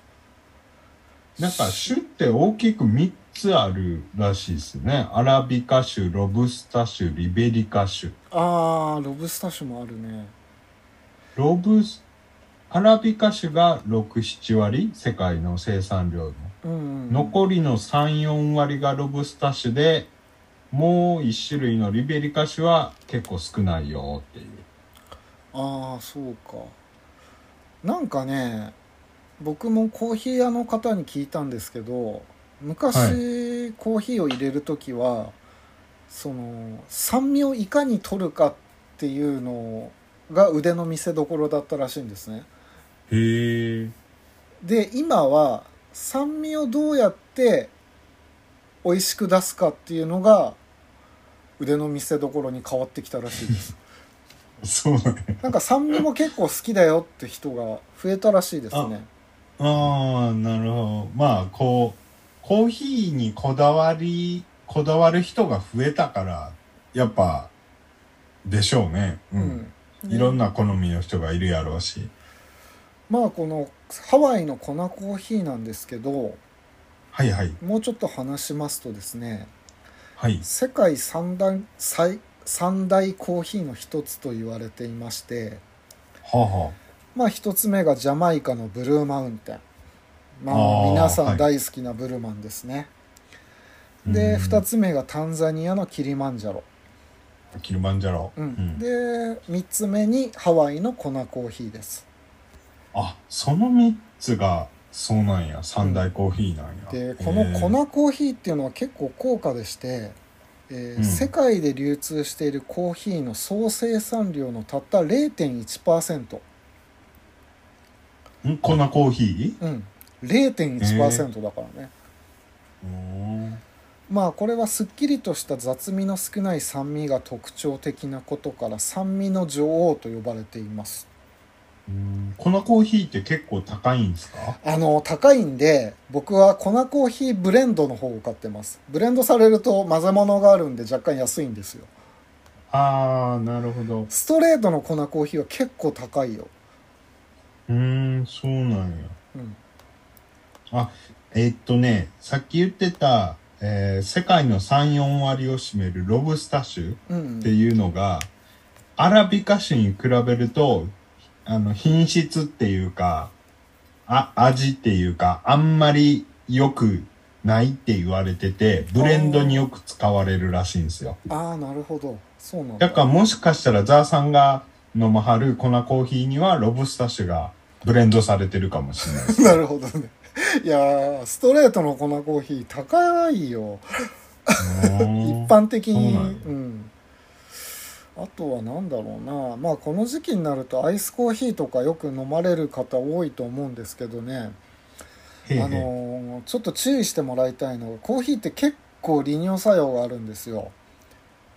S2: なんか種って大きく3つあるらしいですねアラビカ種ロブスタ種リベリカ種
S1: あーロブスタ種もあるね
S2: ロブスアラビカ種が67割世界の生産量の
S1: うんうん、うん、
S2: 残りの34割がロブスタ種でもう1種類のリベリカ種は結構少ないよっていう
S1: ああそうかなんかね僕もコーヒー屋の方に聞いたんですけど昔、コーヒーを入れる時はその酸味をいかに取るかっていうのが腕の見せどころだったらしいんですね
S2: へえ
S1: で今は酸味をどうやって美味しく出すかっていうのが腕の見せどころに変わってきたらしいです
S2: そうね
S1: なんか酸味も結構好きだよって人が増えたらしいですね。
S2: ああなるほどまあこうコーヒーにこだわりこだわる人が増えたからやっぱでしょうねうん、いろん
S1: な。
S2: な好みの人がいるやろうし
S1: まあこのハワイの粉コーヒーなんですけど、
S2: はいはい
S1: もうちょっと話しますとですね、
S2: はい
S1: 世界三大最三大コーヒーの一つと言われていまして、
S2: はあ、は
S1: まあ一つ目がジャマイカのブルーマウンテン。まあ
S2: あー
S1: 皆さ
S2: は
S1: ん
S2: い
S1: 大好きなブルマンですね。
S2: あ、
S1: で、二
S2: つ
S1: つ目がタンザニアのキリマンジャロ。
S2: キルマンジャロ、
S1: うん
S2: うん
S1: で、三つ目にハワイの粉コーヒーです。
S2: あその3つがそうなんや三大コーヒーなんや、
S1: でこの粉コーヒーっていうのは結構高価でして、えー
S2: うん
S1: 世界で流通しているコーヒーの総生産量のたった0.1%
S2: えーん粉コーヒ
S1: うん0.1%だからね、
S2: ーうん
S1: まあこれはすっきりとした雑味の少ない酸味が特徴的なことから酸味の女王と呼ばれています
S2: うん粉コーヒーって結構高いんですか
S1: あの高いんで僕は粉コーヒーブレンドの方を買ってますブレンドされると混ぜ物があるんで若干安いんですよ
S2: ああなるほど
S1: ストレートの粉コーヒーは結構高いよ、
S2: うーんそうなんや
S1: うん、
S2: えっとねさっき言ってた、えー世界の34割を占めるロブスタ種
S1: うん
S2: っ
S1: う
S2: て
S1: ん
S2: いうのが、アラビカ種に比べると、あの、品質っていうか、あ、味っていうか、あんまり良くないって言われてて、ブレンドによく使われるらしいんですよ。
S1: ああなるほどそうなんだ
S2: だからもしかしたらザーさんが飲まはる粉コーヒーにはロブスタ種がブレンドされてるかもし れないです。
S1: なるほどねいやーストレートの粉コーヒー高いよ一般的に
S2: そうなんや
S1: うんあとは何だろうなまあこの時期になるとアイスコーヒーとかよく飲まれる方多いと思うんですけどね
S2: へえ
S1: あのーちょっと注意してもらいたいのがコーヒーって結構利尿作用があるんですよ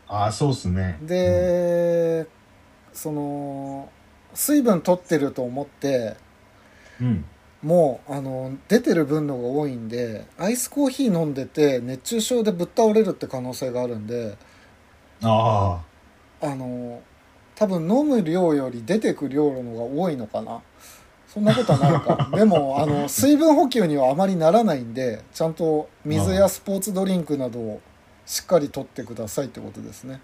S2: ああ、そうっすね。
S1: で、その水分取ってると思って
S2: うん、うん。
S1: もうあの出てる分のが多いんでアイスコーヒー飲んでて熱中症でぶっ倒れるって可能性があるんで
S2: ああ、
S1: あの多分飲む量より出てく量のが多いのかなそんなことはないか でもあの水分補給にはあまりならないんでちゃんと水やスポーツドリンクなどをしっかりとってくださいってことですね、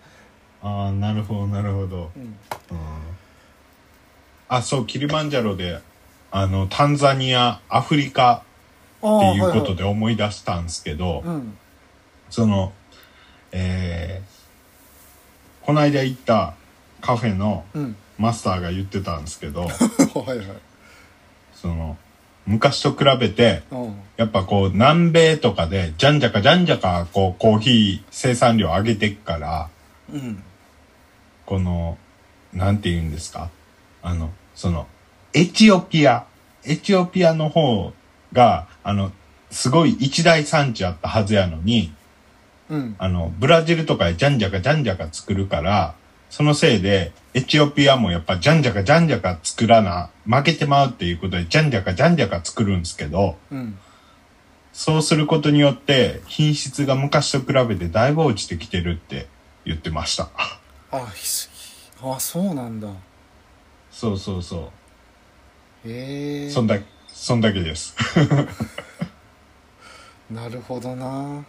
S2: ああ、なるほど、なるほど。
S1: うん、
S2: あ、そう、キリマンジャロで、あの、タンザニア、アフリカ
S1: あ
S2: っ
S1: あ
S2: ていうこ
S1: で
S2: とで思い出したんですけど、
S1: うん
S2: その、えー、こないだ行ったカフェの
S1: うん
S2: マスターが言ってたんですけ ど、
S1: はいはい
S2: その、昔と比べて、
S1: うん
S2: やっぱこう、南米とかで、じゃんじゃかじゃんじゃか、こう、コーヒー生産量上げてっから、
S1: うん
S2: この、なんて言うんですかあの、その、エチオピア、エチオピアの方が、あの、すごい一大産地あったはずやのに、
S1: うん
S2: あの、ブラジルとかでジャンジャカジャンジャカ作るから、そのせいで、エチオピアもやっぱジャンジャカジャンジャカ作らな、負けてまうっていうことで、ジャンジャカジャンジャカ作るんですけど、
S1: うん
S2: そうすることによって、品質が昔と比べてだいぶ落ちてきてるって言ってました。
S1: あひしあそうなんだ
S2: そうそうそう。
S1: へえ
S2: そんだけ、そんだけです。
S1: なるほどな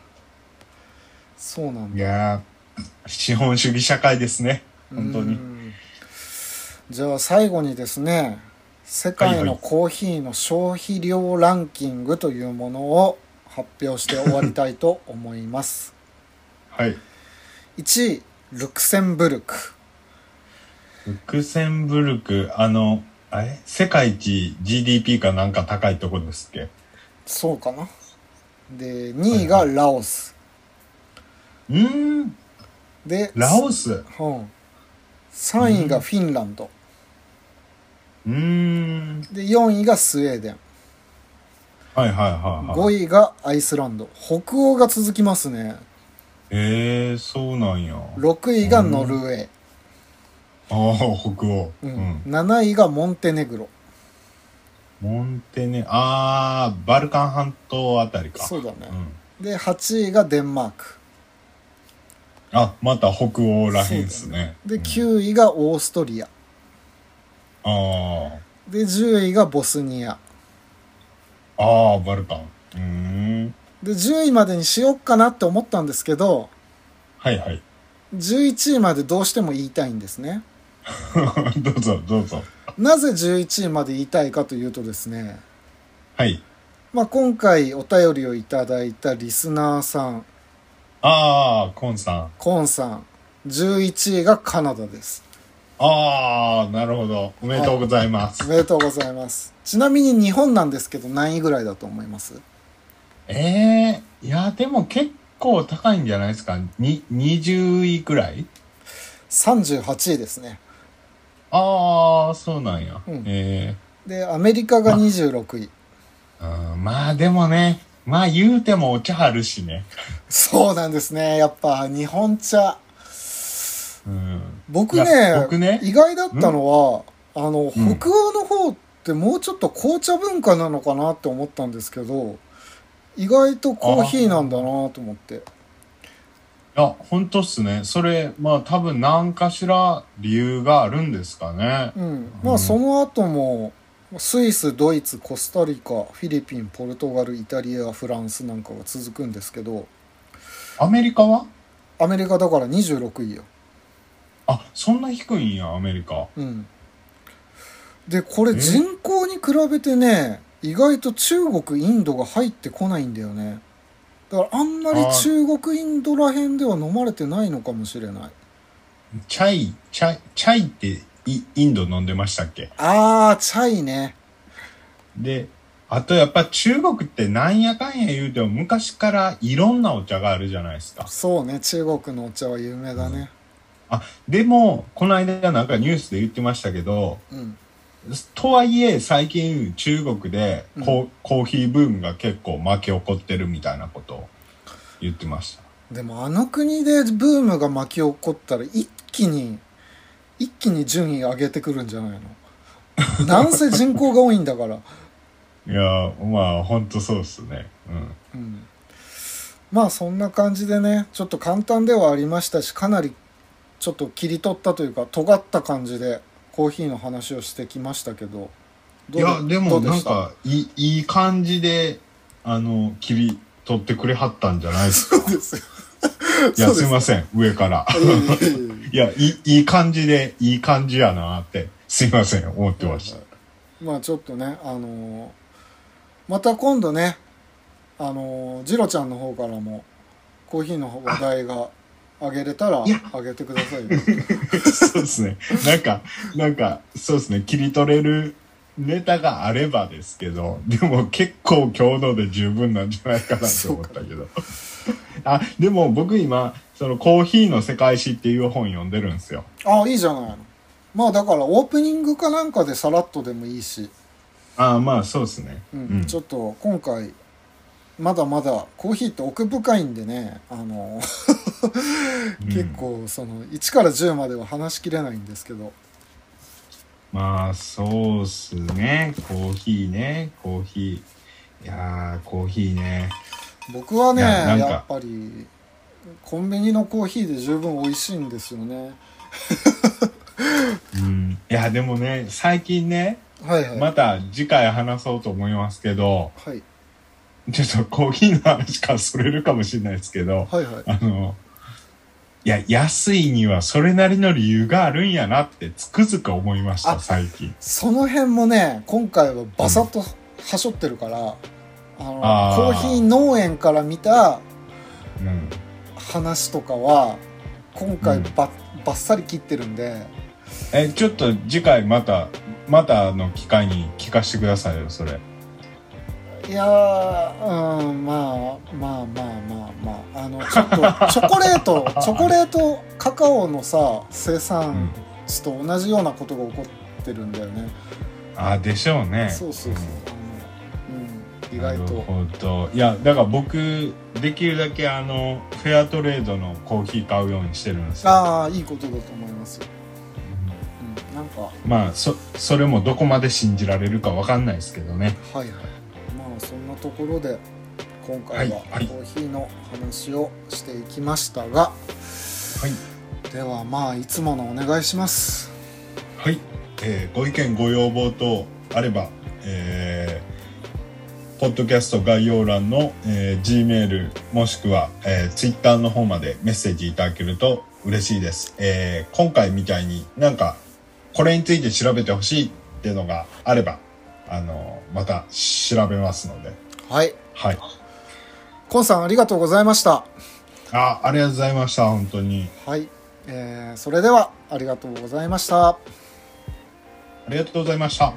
S1: そうなん
S2: い
S1: だ
S2: やー、資本主義社会ですね。本当に
S1: うんじゃあ最後にですね世界のコーヒーの消費量ランキングというものを発表して終わりたいと思い ます
S2: はい。
S1: 1位ルクセンブルク
S2: ルクセンブルク、あの、あれ世界一 GDP かなんか高いとこですっけ
S1: そうかなで2位がラオス、
S2: うーん、
S1: で
S2: ラオス。う
S1: うん、3位がフィンランド、
S2: ーん。
S1: で4位がスウェーデン
S2: はいはいはいはい。
S1: 5位がアイスランド北欧が続きますね
S2: えー、そうなんや。
S1: 6位がノルウェー、
S2: ああ、北欧。
S1: う
S2: うんん。
S1: 7位がモンテネグロ
S2: モンテネ、あー、バルカン半島あたりか。。
S1: そううだね、
S2: ん。
S1: で8位がデンマーク
S2: あ、また北欧らへんっすね。
S1: で
S2: うん
S1: 9位がオーストリア
S2: あ
S1: で10位がボスニア
S2: ー、あー、バルカン。うーん。
S1: で10位までにしよっかなって思ったんですけど
S2: はいはい。
S1: 11位までどうしても言いたいんですね
S2: どうぞ、どうぞ。
S1: なぜ11位まで言いたいかというとですね、
S2: はい。
S1: まあ、今回お便りをいただいたリスナーさん
S2: ああ、コンさん。
S1: コーンさん11位がカナダです
S2: ああ、なるほど。おめでとうございます。
S1: おめでとうございますちなみに日本なんですけど何位ぐらいだと思います
S2: ええー、いや、でも結構高いんじゃないですか。に、20位くらい
S1: 38位ですね
S2: ああ、そうなんや。
S1: うん
S2: え
S1: でアメリカが26位
S2: えーうんまあでもね、まあ言うてもお茶あるしね。
S1: そうなんですねやっぱ日本茶
S2: うん。
S1: 僕ね
S2: いや僕ね
S1: 意外だったのはあの
S2: うん
S1: 北欧の方ってもうちょっと紅茶文化なのかなって思ったんですけど意外とコーヒーなんだなと思って
S2: いや、ほんとっすね。それ、まあ多分何かしら理由があるんですかね。
S1: うん、まあその後もスイスドイツコスタリカフィリピンポルトガルイタリアフランスなんかが続くんですけど
S2: アメリカは
S1: アメリカだから26位よ、
S2: あ、そんな低いんや、アメリカ。
S1: うん、でこれ
S2: え
S1: 人口に比べてね意外と中国インドが入ってこないんだよねだからあんまり
S2: あー
S1: 中国インドらへんでは飲まれてないのかもしれない
S2: チャイ、チャイ、チャイってイインド飲んでましたっけ
S1: あーチャイね
S2: で、あとやっぱ中国ってなんやかんや言うても昔からいろんなお茶があるじゃないですか。
S1: そうね中国のお茶は有名だね
S2: あ、でも、この間なんかニュースで言ってましたけど、
S1: うん
S2: とはいえ最近中国でコ,、コーヒーブームが結構巻き起こってるみたいなことを言ってました
S1: でもあの国でブームが巻き起こったら一気に一気に順位上げてくるんじ ゃないのなんせ人口が多いんだから、
S2: いやーまあ本当そうっすねうん
S1: うん、まあそんな感じでねちょっと簡単ではありましたしかなりちょっと切り取ったというか尖った感じでコーヒーの話をしてきましたけどど
S2: いうやでも
S1: どう
S2: な
S1: で
S2: ん
S1: した
S2: かいいいい感じであの切り取ってくれはったんじゃないですか
S1: そうです よ
S2: いや
S1: そうです
S2: いません上から
S1: いやいやいやいや
S2: いやいいいい感じでいい感じやなってすいません思って ました
S1: まあちょっとねあのーまた今度ねあのージロちゃんの方からもコーヒーの話題があげれたら
S2: いや
S1: あげてくださいよ
S2: そうですね。なんか、なんか、そうですね。切り取れるネタがあればですけど、でも結構今日ので十分なんじゃないかなと思ったけど。あ、でも僕今、そのコーヒーの世界史っていう本読んでるんですよ。
S1: あいいじゃないのまあだからオープニングかなんかでさらっとでもいいし、
S2: あまあそうですね。
S1: うん
S2: うん
S1: ちょっと今回まだまだコーヒーって奥深いんでねあのー
S2: うん
S1: 結構その1から10までは話しきれないんですけど
S2: まあそうっすね。コーヒーね。コーヒー。いやー、コーヒーね。
S1: 僕はね
S2: いや
S1: や
S2: なんか
S1: っぱりコンビニのコーヒーで十分美味しいんですよね
S2: うん。いや、でもね、最近ね、
S1: はいはい、
S2: また次回話そうと思いますけど、
S1: はい
S2: ちょっとコーヒーの話からそれるかもしれないですけど、
S1: はいはい
S2: あの、いや、安いにはそれなりの理由があるんやなってつくづく思いまし
S1: あ
S2: た、最近。
S1: その辺もね今回はバサッとはしょってるから、あの
S2: あー
S1: コーヒー農園から見た
S2: うん。
S1: 話とかは今回
S2: うん
S1: ば,、ばっさり切ってるんで
S2: え、ちょっと次回また、またの機会に聞かせてくださいよ、それ。
S1: いやーうんまあまあまあまあまああのちょっとチョコレー トチョコレートカカオのさ生
S2: う
S1: 産
S2: ん。
S1: 地と同じようなことが起こってるんだよね
S2: あ、でしょうね。
S1: そうそうそう。うん、意外
S2: なる
S1: と。
S2: ほど。いや、だから僕、できるだけあの、フェアトレードのコーヒー買うようにしてるんですよ。
S1: ああ、いいことだと思いますよ。
S2: うん
S1: うん、なんか、は
S2: まあ、そ、それもどこまで信じられるかわかんないですけどね。
S1: いはい。まあ、そんなところで、今回ははいコ
S2: は
S1: ー
S2: い
S1: ヒーの話をしていきましたが、
S2: はい。
S1: ではまあ、いつものお願いします。
S2: はい、えーご意見ご要望等あれば、えーポッドキャスト概要欄の、えー G メールもしくは、えー、Twitter の方までメッセージいただけると嬉しいです、えー今回みたいになんかこれについて調べてほしいっていうのがあればあのまた調べますので
S1: はい。
S2: はい
S1: コンさん、ありがとうございました。
S2: あありがとうございました本当に
S1: はい。えー、それでは、ありがとうございました。
S2: ありがとうございました